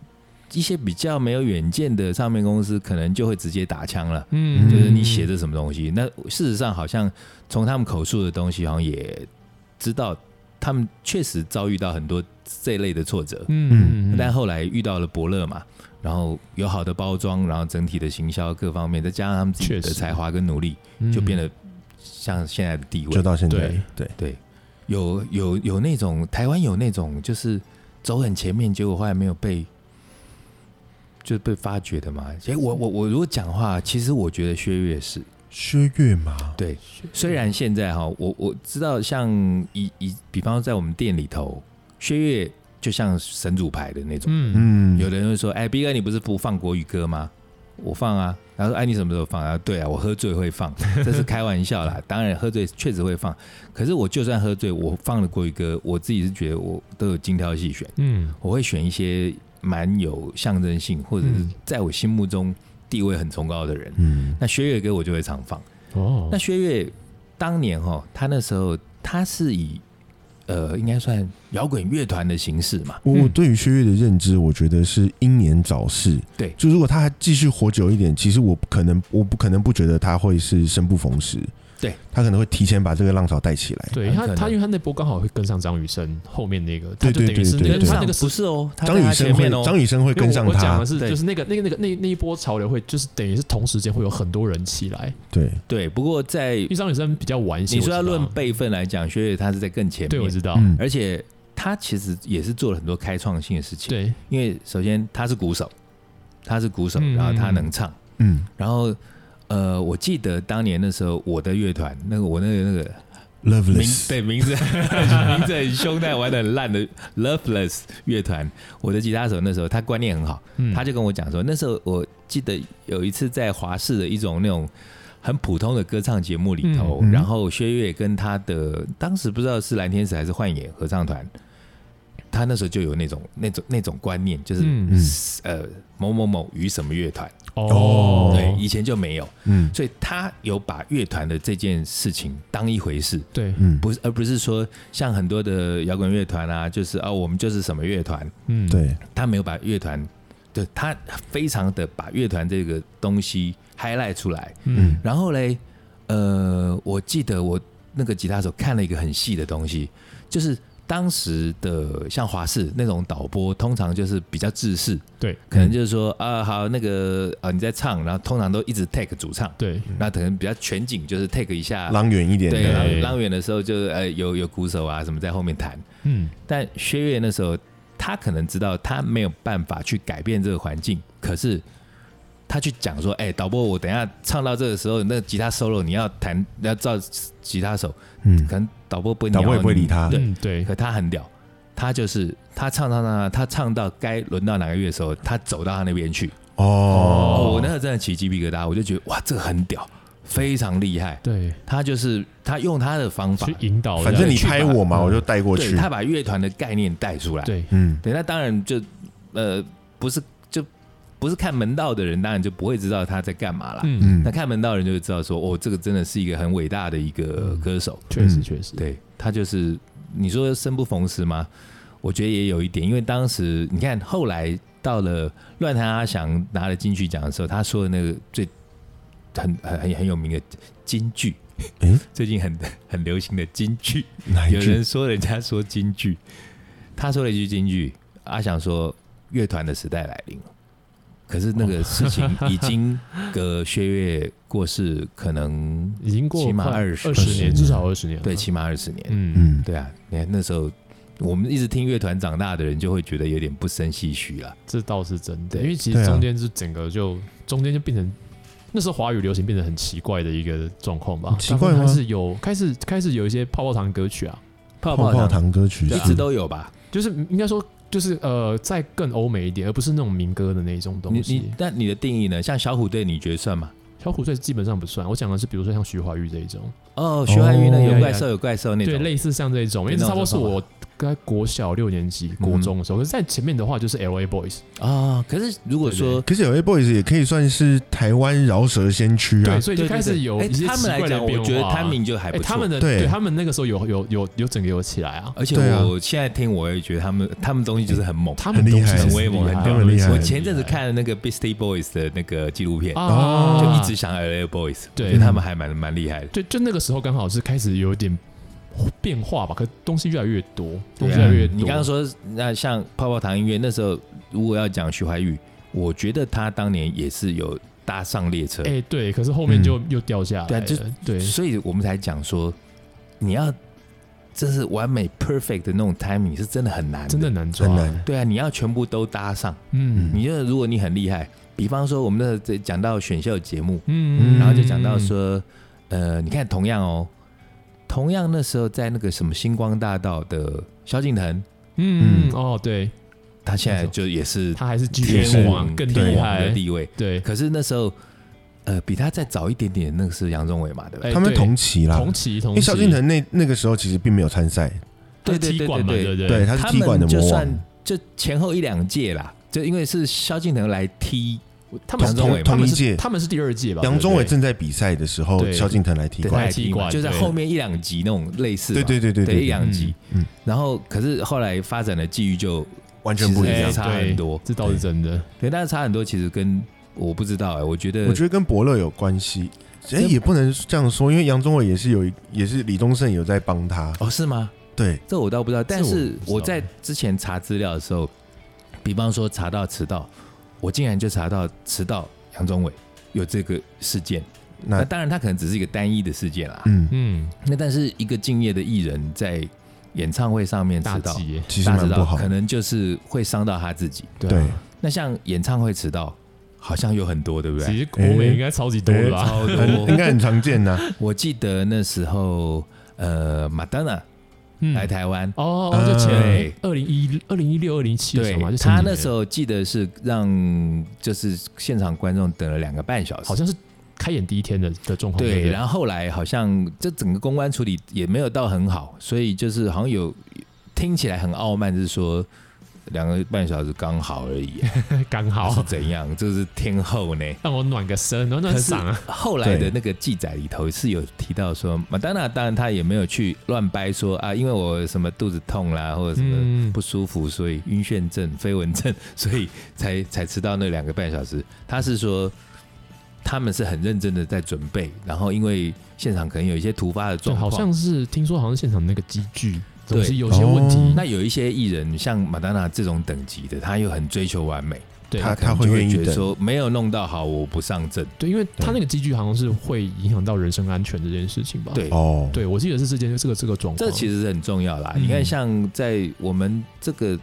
Speaker 3: 一些比较没有远见的唱片公司，可能就会直接打枪了。
Speaker 2: 嗯
Speaker 3: 就是你写的什么东西。那事实上，好像从他们口述的东西，好像也知道他们确实遭遇到很多这类的挫折。
Speaker 2: 嗯，嗯
Speaker 3: 但后来遇到了伯乐嘛，然后有好的包装，然后整体的行销各方面，再加上他们自己
Speaker 2: 确
Speaker 3: 的
Speaker 2: 实
Speaker 3: 才华跟努力，
Speaker 2: 嗯
Speaker 3: 就变得像现在的地
Speaker 1: 就
Speaker 3: 位。
Speaker 1: 到现在
Speaker 2: 对，
Speaker 1: 对，
Speaker 3: 对，有有有那种台湾有那种就是走很前面，结果后来没有被就被发掘的嘛。哎，我我我如果讲话，其实我觉得薛岳是
Speaker 1: 薛岳嘛，
Speaker 3: 对，虽然现在哈，我我知道像以以，比方说在我们店里头，薛岳就像神主牌的那种。
Speaker 2: 嗯，
Speaker 1: 嗯，
Speaker 3: 有的人会说：“哎、b 哥，你不是不放国语歌吗？”我放啊。然后说：“哎，你什么时候放？”啊，对啊，我喝醉会放， 这是开玩笑啦。 当然，喝醉确实会放，可是我就算喝醉，我放了国语歌，我自己是觉得我都有精挑细选，
Speaker 2: 嗯，
Speaker 3: 我会选一些蛮有象征性，或者是
Speaker 2: 嗯
Speaker 3: 在我心目中地位很崇高的人。
Speaker 1: 嗯，
Speaker 3: 那薛岳歌我就会常放。
Speaker 2: 哦，
Speaker 3: 那薛岳当年哈，他那时候他是以呃，应该算摇滚乐团的形式嘛，
Speaker 1: 我我
Speaker 2: 嗯
Speaker 1: 对于薛岳的认知，我觉得是英年早逝。
Speaker 3: 对
Speaker 1: 就如果他还继续活久一点，其实我不可能，我不可能不觉得他会是生不逢时。
Speaker 3: 对
Speaker 1: 他可能会提前把这个浪潮带起来。
Speaker 2: 对
Speaker 3: 很
Speaker 2: 他
Speaker 3: 可能
Speaker 2: 他因为他那波刚好会跟上张雨生后面那个，他就
Speaker 1: 对对
Speaker 2: 等于是
Speaker 1: 对
Speaker 2: 那
Speaker 1: 对
Speaker 2: 个
Speaker 1: 对
Speaker 2: 他那个
Speaker 3: 不是哦，他在
Speaker 1: 张雨
Speaker 3: 他
Speaker 1: 生
Speaker 3: 前
Speaker 1: 会
Speaker 3: 面，哦，
Speaker 1: 张雨生会
Speaker 2: 因为
Speaker 1: 跟
Speaker 2: 我
Speaker 1: 上
Speaker 2: 我讲
Speaker 1: 他
Speaker 2: 的。是，
Speaker 3: 对
Speaker 2: 就是那个那个那个那那一波潮流会，就是等于是同时间会有很多人起来，
Speaker 1: 对，
Speaker 3: 对，不过在
Speaker 2: 因为张雨生比较晚一些。
Speaker 3: 你说要
Speaker 2: 我知道
Speaker 3: 论辈分来讲，薛岳他是在更前
Speaker 2: 对，我
Speaker 3: 面，
Speaker 2: 知道，
Speaker 1: 嗯，
Speaker 3: 而且他其实也是做了很多开创性的事情。，
Speaker 2: 对，
Speaker 3: 因为首先他是鼓手，他是鼓手，
Speaker 2: 嗯
Speaker 3: 然后他能唱，
Speaker 1: 嗯，
Speaker 3: 然后呃，我记得当年的时候，我的乐团那个我那个那个名
Speaker 1: Loveless，
Speaker 3: 对名字 名字很凶，但玩的很烂的 Loveless 乐团，我的吉他手那时候他观念很好，
Speaker 2: 嗯
Speaker 3: 他就跟我讲说，那时候我记得有一次在华视的一种那种很普通的歌唱节目里头，
Speaker 1: 嗯嗯
Speaker 3: 然后薛岳跟他的当时不知道是蓝天使还是幻野合唱团，他那时候就有那种那种那种观念，就是、
Speaker 2: 嗯
Speaker 1: 嗯
Speaker 3: 呃某某某与什么乐团，
Speaker 1: 哦
Speaker 3: 对，以前就没有，
Speaker 1: 嗯
Speaker 3: 所以他有把乐团的这件事情当一回事。
Speaker 2: 对，
Speaker 1: 嗯，
Speaker 3: 不是，而不是说像很多的摇滚乐团啊，就是啊、我们就是什么乐团，
Speaker 2: 嗯，
Speaker 1: 对，
Speaker 3: 他没有把乐团，对他非常的把乐团这个东西 highlight 出来。
Speaker 2: 嗯
Speaker 3: 然后嘞，呃，我记得我那个吉他手看了一个很细的东西，就是当时的像华视那种导播，通常就是比较制式，
Speaker 2: 对
Speaker 3: 可能就是说啊，好，那个啊你在唱，然后通常都一直 take 主唱，
Speaker 2: 对，
Speaker 3: 那可能比较全景就是 take 一下，
Speaker 1: 浪远一点
Speaker 3: 啊对，
Speaker 1: 的，
Speaker 3: 拉拉远的时候就是呃有有鼓手啊什么在后面弹。
Speaker 2: 嗯
Speaker 3: 但薛岳那时候，他可能知道他没有办法去改变这个环境，可是他去讲说：“哎、导播，我等一下唱到这个时候，那个吉他 solo 你要弹，要照吉他手。”
Speaker 1: 嗯
Speaker 3: 可能导播不会
Speaker 1: 导
Speaker 3: 鸟你，
Speaker 1: 播也不会理他。
Speaker 3: 对
Speaker 2: 嗯对，
Speaker 3: 可他很屌，他就是他唱唱唱，他唱到该轮到哪个乐的时候，他走到他那边去。
Speaker 1: 哦，
Speaker 3: 哦，我那时候真的起鸡皮疙瘩，我就觉得哇，这个很屌，非常厉害。
Speaker 2: 对
Speaker 3: 他就是他用他的方法
Speaker 2: 去，引
Speaker 3: 哦
Speaker 2: 导这样，
Speaker 1: 反正你拍我嘛，
Speaker 2: 嗯
Speaker 1: 我就带过
Speaker 3: 对
Speaker 1: 去。
Speaker 3: 他把乐团的概念带出来。
Speaker 2: 对
Speaker 1: 嗯，
Speaker 3: 对，那当然就呃不是就不是看门道的人，当然就不会知道他在干嘛啦。
Speaker 2: 嗯，
Speaker 1: 嗯
Speaker 3: 那看门道的人就会知道说，哦，这个真的是一个很伟大的一个
Speaker 2: 嗯
Speaker 3: 歌手。
Speaker 2: 确实
Speaker 1: 嗯
Speaker 2: 确实，
Speaker 3: 对他就是你说生不逢时吗？我觉得也有一点，因为当时你看后来到了乱弹阿翔拿了金曲奖的时候，他说的那个最很很很很有名的金句。
Speaker 1: 诶
Speaker 3: 最近很很流行的金句，
Speaker 1: 哪一
Speaker 3: 有
Speaker 1: 句
Speaker 3: 人？说人家说京剧，他说了一句京剧，阿翔说乐团的时代来临了。可是那个事情已经隔薛岳过世，可能
Speaker 2: 已经过
Speaker 3: 起码
Speaker 2: 快
Speaker 3: 20
Speaker 2: 二十
Speaker 1: 年
Speaker 2: 年，至少二十年了，
Speaker 3: 对起码二十年。
Speaker 2: 嗯
Speaker 1: 嗯，
Speaker 3: 对啊，你看那时候我们一直听乐团长大的人，就会觉得有点不生唏嘘了。
Speaker 2: 这倒是真的，
Speaker 3: 对
Speaker 2: 因为其
Speaker 1: 对
Speaker 2: 实
Speaker 1: 啊
Speaker 2: 中间是整个就中间就变成。那时候华语流行变得很奇怪的一个状况吧，
Speaker 1: 奇怪吗
Speaker 2: 大部分开始有开始开始有一些泡泡糖歌曲啊，
Speaker 3: 泡
Speaker 1: 泡泡
Speaker 3: 糖啊嗯
Speaker 1: 糖歌曲
Speaker 3: 一
Speaker 1: 是
Speaker 3: 直都有吧？
Speaker 2: 就是应该说就是呃，再更欧美一点，而不是那种民歌的那种
Speaker 3: 你
Speaker 2: 东西
Speaker 3: 你。那你的定义呢？像小虎队，你觉得算吗？
Speaker 2: 小虎队基本上不算，我讲的是比如说像徐怀钰这一种，
Speaker 3: 哦，徐怀钰那
Speaker 2: 哦
Speaker 3: 有怪兽有怪兽那
Speaker 2: 对，
Speaker 3: 种，
Speaker 2: 类似像这一种，因为
Speaker 3: 对那
Speaker 2: 差不
Speaker 3: 种
Speaker 2: 多是
Speaker 3: 就
Speaker 2: 我该国小六年级、国中
Speaker 3: 嗯
Speaker 2: 的时候，可是在前面的话就是 L A Boys，
Speaker 3: 啊。可是如果说
Speaker 1: 可是有 A Boys 也可以算是台湾饶舌先驱啊
Speaker 2: 对，。所以就
Speaker 3: 对
Speaker 2: 开
Speaker 3: 对
Speaker 2: 始
Speaker 3: 对
Speaker 2: 有
Speaker 3: 哎
Speaker 2: 一些
Speaker 3: 他们来
Speaker 2: 奇怪的
Speaker 3: 讲，我
Speaker 2: 变
Speaker 3: 觉得
Speaker 2: 化啊
Speaker 3: t i m 就还
Speaker 2: 哎，
Speaker 3: 不错。
Speaker 2: 他们的
Speaker 1: 对
Speaker 2: 对他们那个时候有有有有整个有起来啊，
Speaker 3: 而且
Speaker 1: 对啊
Speaker 3: 我现在听，我也觉得他们他们东西就是很猛。
Speaker 2: 他们
Speaker 1: 很厉
Speaker 2: 东西
Speaker 1: 害
Speaker 2: 是
Speaker 1: 很
Speaker 3: 威猛
Speaker 2: 厉害
Speaker 3: 很
Speaker 2: 啊
Speaker 1: 屌很厉害
Speaker 3: 我前阵子看了那个 Beastie Boys 的那个纪录片，
Speaker 2: 啊，
Speaker 3: 就一直想 LA Boys，
Speaker 2: 对
Speaker 3: 我觉得他们还蛮蛮厉害的。
Speaker 2: 就就那个时候刚好是开始有点变化吧，可东西越来越多，东
Speaker 3: 对
Speaker 2: 西
Speaker 3: 啊
Speaker 2: 越来越多。
Speaker 3: 你刚刚说那像泡泡糖音乐，那时候如果要讲徐怀钰，我觉得他当年也是有搭上列车，
Speaker 2: 哎、
Speaker 1: 嗯
Speaker 2: 对，可是后面就又掉下来
Speaker 3: 对啊
Speaker 2: 了。
Speaker 3: 啊就
Speaker 2: 对
Speaker 3: 所以我们才讲说你要这是完美 perfect 的那种 timing 是真的很难，
Speaker 2: 真的很难抓，
Speaker 1: 很难
Speaker 3: 对啊，你要全部都搭上。
Speaker 2: 嗯
Speaker 3: 你就如果你很厉害，比方说我们那在讲到选秀节目，
Speaker 2: 嗯
Speaker 3: 然后就讲到说，呃，你看同样哦，同样那时候在那个什么星光大道的萧敬腾，
Speaker 2: 嗯
Speaker 1: 嗯
Speaker 2: 哦，对
Speaker 3: 他现在就也是
Speaker 2: 他还是继续
Speaker 1: 也是
Speaker 2: 天王更
Speaker 3: 天
Speaker 2: 厉
Speaker 3: 王的
Speaker 2: 害，
Speaker 3: 地位。
Speaker 2: 对，
Speaker 3: 可是那时候，呃，比他再早一点点，那个是杨宗纬嘛，对不对？
Speaker 2: 哎
Speaker 1: 他们
Speaker 2: 对
Speaker 1: 同期啦，
Speaker 2: 同期同
Speaker 1: 因
Speaker 2: 期，
Speaker 1: 为萧敬腾那那个时候其实并没有参赛，
Speaker 2: 他是
Speaker 3: 对对
Speaker 2: 踢
Speaker 3: 对
Speaker 2: 馆嘛，
Speaker 3: 对
Speaker 2: 对不
Speaker 1: 对，
Speaker 2: 对？
Speaker 1: 他是
Speaker 3: 他
Speaker 1: 踢馆的
Speaker 3: 们就
Speaker 1: 魔王
Speaker 3: 算，就前后一两届啦，就因为是萧敬腾来踢，
Speaker 2: 他们是
Speaker 3: 同
Speaker 2: 同
Speaker 3: 同
Speaker 2: 他们
Speaker 1: 同一
Speaker 2: 是
Speaker 1: 届
Speaker 2: 他们是第二届吧？
Speaker 1: 杨宗纬
Speaker 2: 对不对
Speaker 1: 正在比赛的时候，
Speaker 2: 对
Speaker 1: 萧敬腾来踢
Speaker 3: 对，
Speaker 1: 馆
Speaker 3: 他，
Speaker 2: 来
Speaker 3: 来
Speaker 2: 踢
Speaker 3: 踢
Speaker 2: 馆
Speaker 3: 馆，就在
Speaker 2: 对
Speaker 3: 后面一两集那种类似嘛，
Speaker 1: 对对对对
Speaker 3: 对一
Speaker 1: 对，
Speaker 3: 两集，
Speaker 1: 嗯嗯
Speaker 3: 然后可是后来发展的际遇就
Speaker 1: 完全不一
Speaker 3: 其实
Speaker 1: 样
Speaker 2: 哎。
Speaker 3: 差
Speaker 2: 对
Speaker 3: 很多
Speaker 2: 这倒是真的。
Speaker 3: 对，但是差很多，其实跟我不知道哎、我觉得
Speaker 1: 我觉得跟伯乐有关系，哎，
Speaker 3: 这
Speaker 1: 也不能这样说，因为杨宗纬也是有一，也是李宗盛有在帮他，
Speaker 3: 哦是吗？
Speaker 1: 对，
Speaker 3: 这我倒不知道，但是
Speaker 2: 我不知道
Speaker 3: 我在之前查资料的时候，比方说查到迟到，我竟然就查到迟到杨宗纬有这个事件。那
Speaker 1: 那
Speaker 3: 当然，他可能只是一个单一的事件啦。
Speaker 1: 嗯，
Speaker 2: 嗯，
Speaker 3: 那但是一个敬业的艺人在演唱会上面
Speaker 2: 大
Speaker 3: 迟到，
Speaker 2: 忌耶，
Speaker 1: 其实
Speaker 3: 大
Speaker 1: 蛮
Speaker 3: 迟
Speaker 1: 不
Speaker 3: 到
Speaker 1: 好
Speaker 3: 可，能就是会伤到他自己。
Speaker 1: 对
Speaker 2: 啊，
Speaker 3: 那像演唱会迟到，好像有很多，对不对？
Speaker 2: 其实国美应该超级多的吧？
Speaker 3: 超
Speaker 1: 很应
Speaker 3: 多。
Speaker 1: 该很常见呐。
Speaker 3: 我记得那时候，呃，马丹娜
Speaker 2: 嗯
Speaker 3: 来台湾，
Speaker 2: 哦，
Speaker 1: 嗯
Speaker 2: 哦就前
Speaker 3: 对
Speaker 2: 二零一二零一六二零七的时
Speaker 3: 对
Speaker 2: 候嘛，就前
Speaker 3: 他
Speaker 2: 几
Speaker 3: 那
Speaker 2: 年
Speaker 3: 时候记得是让就是现场观众等了两个半小时
Speaker 2: 好。像是开演第一天的的状况，对不
Speaker 3: 对，
Speaker 2: 对，
Speaker 3: 然后后来好像这整个公关处理也没有到很好，所以就是好像有听起来很傲慢，是说两个半小时刚好 而已，
Speaker 2: 刚
Speaker 3: 是
Speaker 2: 好
Speaker 3: 怎样？这是天后呢？
Speaker 2: 让我暖个身，暖暖
Speaker 3: 可是
Speaker 2: 嗓啊，
Speaker 3: 后来的那个记载里头是有提到说，马丹娜当然她也没有去乱掰说啊，因为我什么肚子痛啦，或者什么
Speaker 2: 嗯，
Speaker 3: 不舒服，所以晕眩症、飞蚊症， 所以才才迟到那两个半小时。他是说他们是很认真的在准备，然后因为现场可能有一些突发的
Speaker 2: 对，
Speaker 3: 状
Speaker 2: 好
Speaker 3: 况，
Speaker 2: 像是听说好像现场那个机具总
Speaker 3: 对
Speaker 2: 是有些问题
Speaker 1: 哦，
Speaker 3: 那有一些艺人像马丹娜这种等级的，他又很追求完美，
Speaker 2: 对
Speaker 1: 他
Speaker 3: 可能
Speaker 1: 会
Speaker 3: 就
Speaker 1: 愿意
Speaker 3: 觉得
Speaker 1: 等
Speaker 3: 说没有弄到好，我不上阵。
Speaker 2: 对，因为他那个机具好像是会影响到人身安全这件事情吧？
Speaker 3: 对，
Speaker 1: 哦，
Speaker 2: 对，我记得是这件这个这个状况，
Speaker 3: 这其实很重要啦。
Speaker 2: 嗯
Speaker 3: 你看，像在我们这个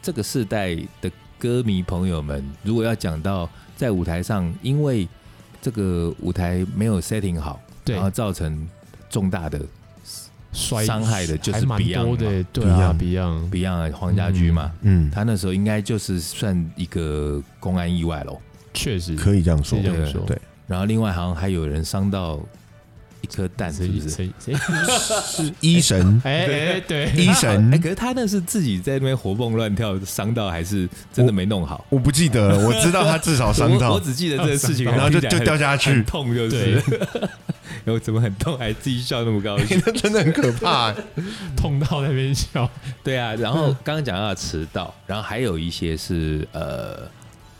Speaker 3: 这个世代的歌迷朋友们，如果要讲到在舞台上，因为这个舞台没有 setting 好，
Speaker 2: 对
Speaker 3: 然后造成重大的
Speaker 2: 摔
Speaker 3: 呃伤害的就
Speaker 2: 还
Speaker 3: 是
Speaker 2: 蛮
Speaker 3: Beyond
Speaker 2: 多
Speaker 3: 嘛
Speaker 2: 的，对啊
Speaker 1: Beyond
Speaker 2: ，Beyond，
Speaker 3: Beyond 黄家驹嘛，
Speaker 1: 嗯，
Speaker 3: 他那时候应该就是算一个公安意外喽。
Speaker 2: 确实
Speaker 1: 可以这样说
Speaker 2: 是，这样
Speaker 3: 对
Speaker 2: 说，
Speaker 1: 对
Speaker 3: 然后另外好像还有人伤到一颗蛋，是
Speaker 2: 谁
Speaker 3: 不是？哎
Speaker 2: 谁谁，，
Speaker 1: 是医神
Speaker 2: 哎哎对，
Speaker 1: 医
Speaker 3: 哎，
Speaker 1: 神，
Speaker 3: 可是他那是自己在那边活蹦乱跳，伤到还是真的没弄好？
Speaker 1: 我不记得了，我知道他至少伤
Speaker 3: 我，
Speaker 1: 到
Speaker 3: 我，只记得这个事情，
Speaker 1: 然后就就掉
Speaker 3: 下
Speaker 1: 下去，
Speaker 3: 痛就是， 然后怎么很痛，还自己笑那么高兴。
Speaker 1: 那 真的很可怕
Speaker 2: 哎
Speaker 1: 欸。
Speaker 2: 痛到那边笑，。
Speaker 3: 对啊，然后刚刚讲到迟到，然后还有一些是呃，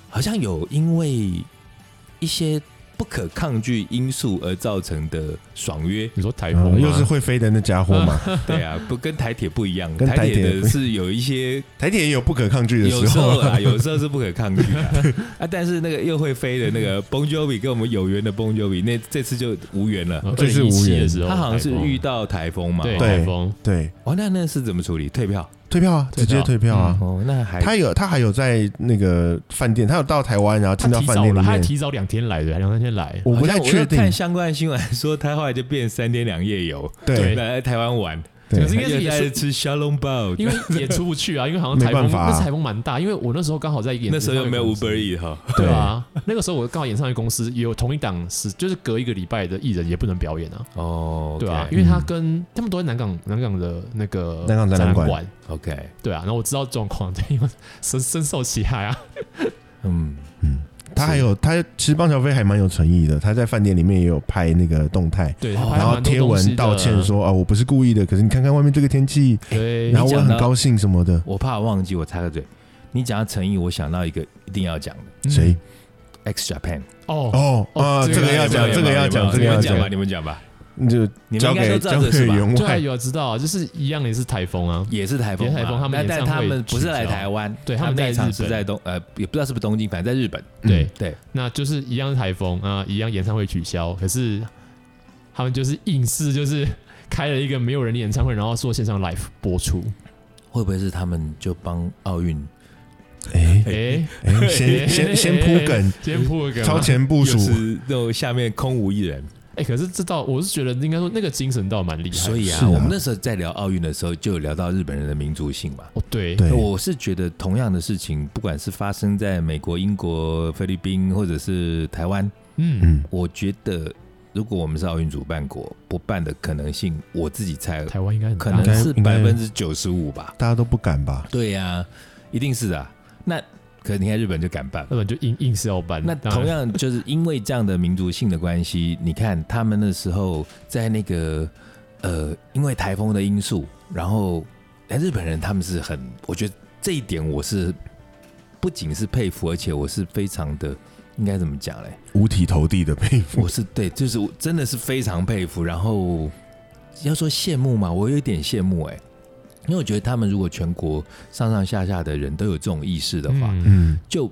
Speaker 3: 好像有因为一些不可抗拒因素而造成的爽约
Speaker 2: 你说台
Speaker 1: 嗯
Speaker 2: 风吗
Speaker 1: 又是会飞的那家伙嘛，
Speaker 3: 对啊，不跟台铁不一样，
Speaker 1: 跟台铁
Speaker 3: 铁
Speaker 1: 不
Speaker 3: 的
Speaker 1: 一
Speaker 3: 是有一些
Speaker 1: 台铁也有不可抗拒的
Speaker 3: 有
Speaker 1: 时
Speaker 3: 时
Speaker 1: 候
Speaker 3: 候啊，
Speaker 1: 啊。
Speaker 3: 有时候是不可抗拒的啊 啊。但是那个又会飞的那个 Bon Jovi 跟我们有缘的 Bon Jovi，那这次就无缘了。
Speaker 2: 呃
Speaker 1: 这是
Speaker 2: 2017
Speaker 1: 无缘
Speaker 2: 的时候，
Speaker 3: 他好像是
Speaker 2: 台风
Speaker 3: 遇到台风嘛，
Speaker 2: 对
Speaker 1: 对
Speaker 2: 台风，
Speaker 1: 对，
Speaker 3: 哦，那那是怎么处理？退票？
Speaker 1: 退票啊，
Speaker 2: 退
Speaker 1: 直
Speaker 2: 票嗯
Speaker 1: 接退票啊。
Speaker 3: 哦，那还
Speaker 1: 他有他还有在那个饭店，他有到台湾，然后
Speaker 2: 他
Speaker 1: 进到
Speaker 2: 提
Speaker 1: 饭
Speaker 2: 早
Speaker 1: 店里
Speaker 2: 了，他还
Speaker 1: 面。
Speaker 2: 提早两天来的，两三天来，
Speaker 1: 我不太
Speaker 3: 好像
Speaker 1: 确
Speaker 3: 看
Speaker 1: 定，
Speaker 3: 相关的新闻说，他后来就变三天两夜游，
Speaker 1: 对
Speaker 3: 来台湾玩，
Speaker 2: 可
Speaker 1: 对
Speaker 2: 是应该是
Speaker 3: 又
Speaker 2: 也
Speaker 3: 在
Speaker 2: 是。
Speaker 3: 吃小笼包。
Speaker 2: 因为也出不去啊，因为好像台
Speaker 1: 没
Speaker 2: 风，
Speaker 1: 办法啊
Speaker 2: 那台风蛮大。因为我那时候刚好在演，
Speaker 3: 那时候又没有 Uber E 哈，
Speaker 2: 对啊，那个时候我刚好演唱会公司也有同一档是，就是隔一个礼拜的艺人也不能表演啊，
Speaker 3: 哦
Speaker 2: 对啊，因
Speaker 3: 为
Speaker 2: 为他跟他们都在南港南港的那个
Speaker 1: 嗯南港展览馆
Speaker 3: OK，
Speaker 2: 对啊，然后我知道状况，对，因为深深受其害啊，
Speaker 3: 嗯，
Speaker 1: 他还有他其实邦乔飞还蛮有诚意的，他在饭店里面也有拍那个动态，
Speaker 2: 对，
Speaker 3: 哦
Speaker 2: 他拍
Speaker 1: 然
Speaker 2: 了
Speaker 1: 后
Speaker 2: 蛮多
Speaker 1: 贴
Speaker 2: 东西
Speaker 1: 文
Speaker 2: 的
Speaker 1: 道歉，说啊我不是故意的，可是你看看外面这个天气，
Speaker 2: 对，
Speaker 1: 然后我
Speaker 3: 讲到
Speaker 1: 很高兴什么的。
Speaker 3: 我怕忘记，我插个嘴。你讲到诚意，我想到一个一定要讲的
Speaker 2: 嗯
Speaker 1: 谁？
Speaker 3: X Japan，
Speaker 2: 哦，
Speaker 1: 哦
Speaker 2: 哦
Speaker 1: 啊，
Speaker 2: 这
Speaker 1: 这
Speaker 2: 个
Speaker 1: 个要
Speaker 2: 有没
Speaker 1: 讲，
Speaker 2: 有
Speaker 1: 这个要
Speaker 2: 有没
Speaker 1: 讲，
Speaker 2: 有
Speaker 1: 这
Speaker 3: 你
Speaker 1: 个
Speaker 3: 们
Speaker 1: 要
Speaker 3: 讲吧，
Speaker 1: 讲，
Speaker 3: 你们讲吧，
Speaker 1: 你就
Speaker 3: 你们
Speaker 1: 交
Speaker 3: 应该
Speaker 1: 给
Speaker 3: 都知道
Speaker 1: 交
Speaker 3: 这个
Speaker 1: 给
Speaker 3: 是吧
Speaker 1: 员
Speaker 2: 对啊，
Speaker 1: 外。
Speaker 2: 有知道啊，就是一样也是台风啊，
Speaker 3: 也是台风嘛，
Speaker 2: 也是台风他们
Speaker 3: 但但
Speaker 2: 演唱
Speaker 3: 他
Speaker 2: 会
Speaker 3: 们不是
Speaker 2: 取
Speaker 3: 来
Speaker 2: 消
Speaker 3: 台湾，
Speaker 2: 对
Speaker 3: 他
Speaker 2: 他们在
Speaker 3: 那一场
Speaker 2: 日
Speaker 3: 是
Speaker 2: 本
Speaker 3: 在东呃，也不知道是不是东京，反正在日本。
Speaker 2: 对，
Speaker 1: 嗯
Speaker 3: 对，
Speaker 2: 那就是一样是台风啊，一样演唱会取消，可是他们就是硬是就是开了一个没有人的演唱会，然后做线上 live 播出。
Speaker 3: 会不会是他们就帮奥运
Speaker 1: 哎
Speaker 2: 哎、
Speaker 1: 哎， 先先先铺梗，
Speaker 2: 先铺个梗嘛啊
Speaker 1: 超前部
Speaker 3: 就
Speaker 1: 署，
Speaker 3: 是那种下面空无一人？
Speaker 2: 哎、可是这道我是觉得应该说那个精神倒蛮厉害的，
Speaker 3: 所以啊，
Speaker 1: 是啊
Speaker 3: 我们那时候在聊奥运的时候，就有聊到日本人的民族性嘛。
Speaker 2: 哦对
Speaker 1: 对
Speaker 3: 我是觉得同样的事情，不管是发生在美国、英国、菲律宾或者是台湾，
Speaker 2: 嗯，
Speaker 1: 嗯，
Speaker 3: 我觉得如果我们是奥运主办国，不办的可能性，我自己猜
Speaker 2: 台湾应该很
Speaker 3: 嗯可
Speaker 2: 大
Speaker 3: 能是
Speaker 1: 应该
Speaker 3: 百分之九十五吧。
Speaker 1: 大家都不敢吧？
Speaker 3: 对呀、一定是的啊。那可你看日本就敢办
Speaker 2: 日，本就硬硬是要办。
Speaker 3: 那
Speaker 2: 嗯当然
Speaker 3: 同样就是因为这样的民族性的关系，你看他们那时候在那个呃，因为台风的因素，然后哎，日本人他们是很，我觉得这一点我是不仅是佩服，而且我是非常的应该怎么讲嘞？
Speaker 1: 五体投地的佩服
Speaker 2: 嗯
Speaker 3: 我，是对，就是我真的是非常佩服。然后要说羡慕嘛，我有一点羡慕哎、因为我觉得他们如果全国上上下下的人都有这种意识的话，
Speaker 2: 嗯
Speaker 1: 嗯，
Speaker 3: 就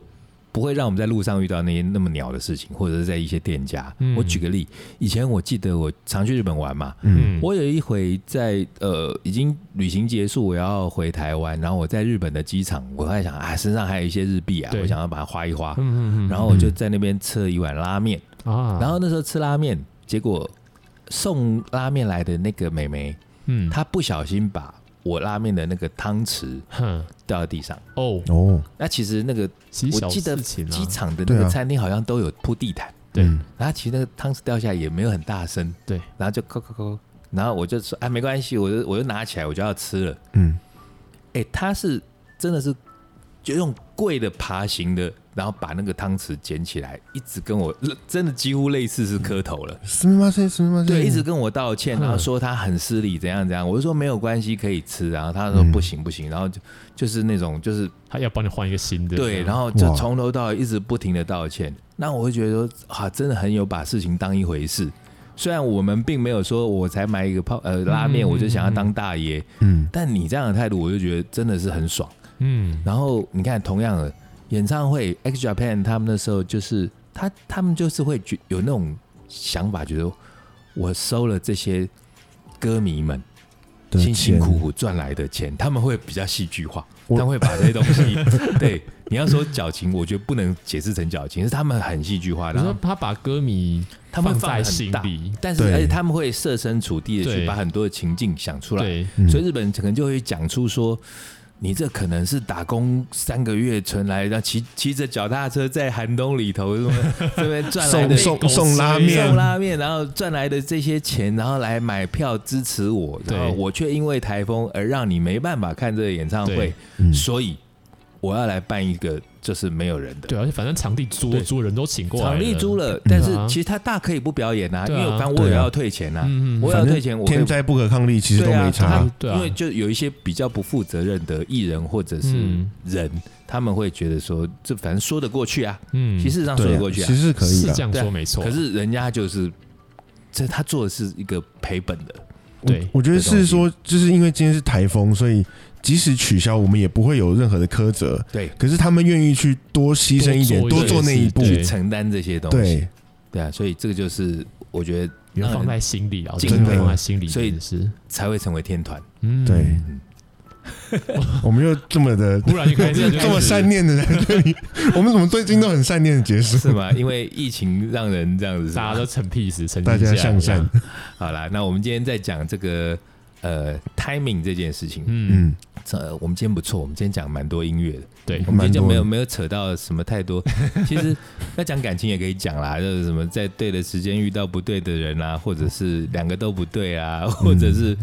Speaker 3: 不会让我们在路上遇到那些那么鸟的事情，或者是在一些店家。
Speaker 2: 嗯
Speaker 3: 我举个例，以前我记得我常去日本玩嘛，
Speaker 1: 嗯
Speaker 3: 我有一回在呃已经旅行结束，我要回台湾，然后我在日本的机场，我在想啊，身上还有一些日币啊，
Speaker 2: 对
Speaker 3: 我想要把它花一花
Speaker 2: 嗯，嗯嗯，
Speaker 3: 然后我就在那边吃了一碗拉面，
Speaker 2: 啊，
Speaker 3: 然后那时候吃拉面，结果送拉面来的那个美眉，
Speaker 2: 嗯，
Speaker 3: 她不小心把我拉面的那个汤匙
Speaker 2: 哼
Speaker 3: 掉到地上，
Speaker 2: 哦，
Speaker 1: 哦，
Speaker 3: 那其实那个
Speaker 2: 其实
Speaker 3: 我
Speaker 2: 小
Speaker 3: 记得
Speaker 2: 事情啊，
Speaker 3: 机场的那
Speaker 1: 对啊
Speaker 3: 个餐厅好像都有铺地毯，
Speaker 2: 对
Speaker 1: 嗯
Speaker 3: 然后其实那个汤匙掉下来也没有很大声，
Speaker 2: 对，
Speaker 3: 然后就扣扣扣，然后我就说啊没关系，我就我就拿起来我就要吃了，
Speaker 1: 嗯，
Speaker 3: 哎，他是真的是就用跪的爬行的，然后把那个汤匙捡起来，一直跟我呃真的几乎类似是磕头了。
Speaker 1: すみません，すみません，
Speaker 3: 对，一直跟我道歉，
Speaker 2: 嗯
Speaker 3: 然后说他很失礼，怎样怎样。我就说没有关系，可以吃。然后他说
Speaker 1: 嗯
Speaker 3: 不行不行，然后就就是那种就是
Speaker 2: 他要帮你换一个新的，
Speaker 3: 对，然后就
Speaker 1: 哇
Speaker 3: 从头到尾一直不停的道歉。那我会觉得说啊，真的很有把事情当一回事。虽然我们并没有说我才买一个泡呃拉面，
Speaker 2: 嗯
Speaker 3: 我就想要当大爷，
Speaker 1: 嗯，
Speaker 3: 但你这样的态度，我就觉得真的是很爽。
Speaker 2: 嗯，
Speaker 3: 然后你看，同样的演唱会，X Japan 他们那时候就是他他们就是会觉有那种想法，觉得我收了这些歌迷们
Speaker 1: 的
Speaker 3: 辛辛苦
Speaker 1: 钱，
Speaker 3: 苦赚来的钱，他们会比较戏剧化，他
Speaker 1: 我
Speaker 3: 们会把这些东 西对你要说矫情，我觉得不能解释成矫情，是他们很戏剧化，
Speaker 2: 你
Speaker 3: 然
Speaker 2: 说
Speaker 3: 后
Speaker 2: 他把歌迷
Speaker 3: 他们
Speaker 2: 在
Speaker 3: 放
Speaker 2: 心
Speaker 3: 很大，
Speaker 2: 里，
Speaker 3: 但是
Speaker 1: 对
Speaker 3: 而且他们会设身处地的去
Speaker 2: 对
Speaker 3: 把很多的情境想出来，
Speaker 2: 对，
Speaker 1: 嗯
Speaker 3: 所以日本人可能就会讲出说，你这可能是打工三个月存来，然后骑骑着脚踏车在寒冬里头什么这边赚来
Speaker 1: 送
Speaker 3: 的
Speaker 1: 送
Speaker 2: 狗吃
Speaker 1: 送拉面
Speaker 3: 送，拉面，然后赚来的这些钱，然后来买票支持我，
Speaker 2: 对
Speaker 3: 然后我却因为台风而让你没办法看这个演唱会
Speaker 2: 对，
Speaker 1: 嗯
Speaker 3: 所以我要来办一个就是没有人的。
Speaker 2: 对，而且反正场地租
Speaker 3: 对
Speaker 2: 租人都请过来，
Speaker 3: 场地租
Speaker 2: 了，
Speaker 3: 了，但是
Speaker 2: 嗯啊
Speaker 3: 其实他大可以不表演啊，因
Speaker 2: 对啊
Speaker 3: 为反正我也
Speaker 1: 对啊
Speaker 3: 要退钱啊，
Speaker 2: 嗯嗯嗯
Speaker 3: 我也要
Speaker 1: 反
Speaker 3: 退
Speaker 1: 正
Speaker 3: 钱，我可以
Speaker 1: 天灾不可抗力，其实都
Speaker 3: 对啊，
Speaker 1: 没差
Speaker 3: 他，
Speaker 2: 对啊
Speaker 3: 因为就有一些比较不负责任的艺人或者是
Speaker 2: 嗯
Speaker 3: 人，他们会觉得说这反正说得过去啊，
Speaker 2: 嗯，
Speaker 3: 其实上说
Speaker 1: 对
Speaker 3: 得
Speaker 1: 啊，
Speaker 3: 过去
Speaker 1: 其
Speaker 3: 啊，
Speaker 1: 实是可以
Speaker 2: 是这
Speaker 1: 的。
Speaker 2: 样
Speaker 3: 对啊
Speaker 2: 说没错，
Speaker 3: 可是人家就是这他做的是一个赔本的，
Speaker 2: 对
Speaker 1: 我觉得是说，就是因为今天是台风，所以即使取消，我们也不会有任何的苛责。
Speaker 3: 对，
Speaker 1: 可是他们愿意去多牺牲一点，
Speaker 2: 多
Speaker 1: 多做
Speaker 2: 做一
Speaker 1: 那
Speaker 2: 点
Speaker 1: 一步，
Speaker 2: 对
Speaker 3: 去承担这些东西，
Speaker 1: 对，
Speaker 3: 对啊，所以这个就是我觉得
Speaker 2: 你要
Speaker 3: 让
Speaker 2: 放
Speaker 3: 人
Speaker 2: 在心里啊，
Speaker 3: 真
Speaker 2: 真的
Speaker 1: 的
Speaker 2: 放在心里，
Speaker 3: 所以
Speaker 2: 是，
Speaker 3: 才会成为天团，
Speaker 2: 嗯，
Speaker 1: 对，我们又这么的
Speaker 2: 忽然就 开始就开始
Speaker 1: 这么善念的在这里，我们怎么最近都很善念的结束？
Speaker 3: 是吗？因为疫情让人这样子是吧，
Speaker 2: 大家都成屁事，成
Speaker 1: 大家向善，
Speaker 3: 好啦，那我们今天在讲这个呃 timing 这件事情，
Speaker 2: 嗯，
Speaker 1: 嗯，
Speaker 3: 呃，我们今天不错，我们今天讲蛮多音乐的。
Speaker 2: 对
Speaker 3: 我，们今天就
Speaker 1: 蛮
Speaker 3: 没
Speaker 1: 多
Speaker 3: 有
Speaker 1: 的
Speaker 3: 没有扯到什么太多。 其实要讲感情也可以讲啦，就是什么在对的时间遇到不对的人啊，或者是两个都不对啊，或
Speaker 1: 嗯
Speaker 3: 者是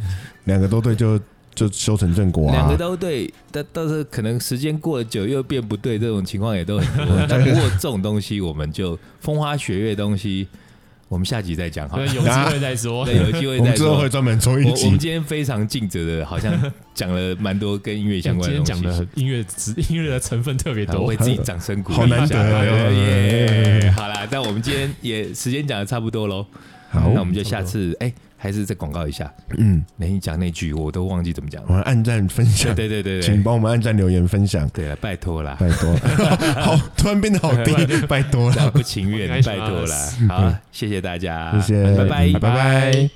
Speaker 1: 两个都对就，就修成正果
Speaker 3: 两
Speaker 1: 啊
Speaker 3: 个。都对，但但是可能时间过了久又变不对，这种情况也都 很多。但不过这种东西我们就风花雪月的东西，我们下集再讲好
Speaker 2: 所
Speaker 3: 了
Speaker 2: 以。有机会再说
Speaker 3: 对，，有机会
Speaker 1: 我们
Speaker 3: 再
Speaker 1: 之后
Speaker 3: 说
Speaker 1: 会。专门做一
Speaker 3: 我我
Speaker 1: 集
Speaker 3: 们，今天非常尽责的，好像讲了蛮多跟音乐相
Speaker 2: 像
Speaker 3: 关
Speaker 2: 今
Speaker 3: 的东
Speaker 2: 天
Speaker 3: 西。
Speaker 2: 讲的音乐值音乐的成分特别
Speaker 3: 好
Speaker 2: 多
Speaker 3: 为，自己掌声鼓励一下，
Speaker 1: 好难
Speaker 3: 哎
Speaker 1: 得啊
Speaker 3: 耶！好啦，那我们今天也时间讲的差不多喽，
Speaker 1: 好
Speaker 3: 那我们就下次哎，还是再广告一下。
Speaker 1: 嗯，
Speaker 3: 那你讲那句我都忘记怎么讲
Speaker 1: 我
Speaker 3: 了。
Speaker 1: 们按赞分享，
Speaker 3: 对对对对
Speaker 1: 请
Speaker 3: 对，
Speaker 1: 帮我们按赞留言分享，
Speaker 3: 对了，啊拜托啦，
Speaker 1: 拜托。好，突然变得好低，拜托了。
Speaker 3: 不情愿，
Speaker 2: 我应该
Speaker 3: 拜托啦
Speaker 2: 是。
Speaker 3: 好，谢谢大家，
Speaker 1: 谢谢
Speaker 3: 拜
Speaker 1: 拜
Speaker 3: 拜，
Speaker 1: 拜。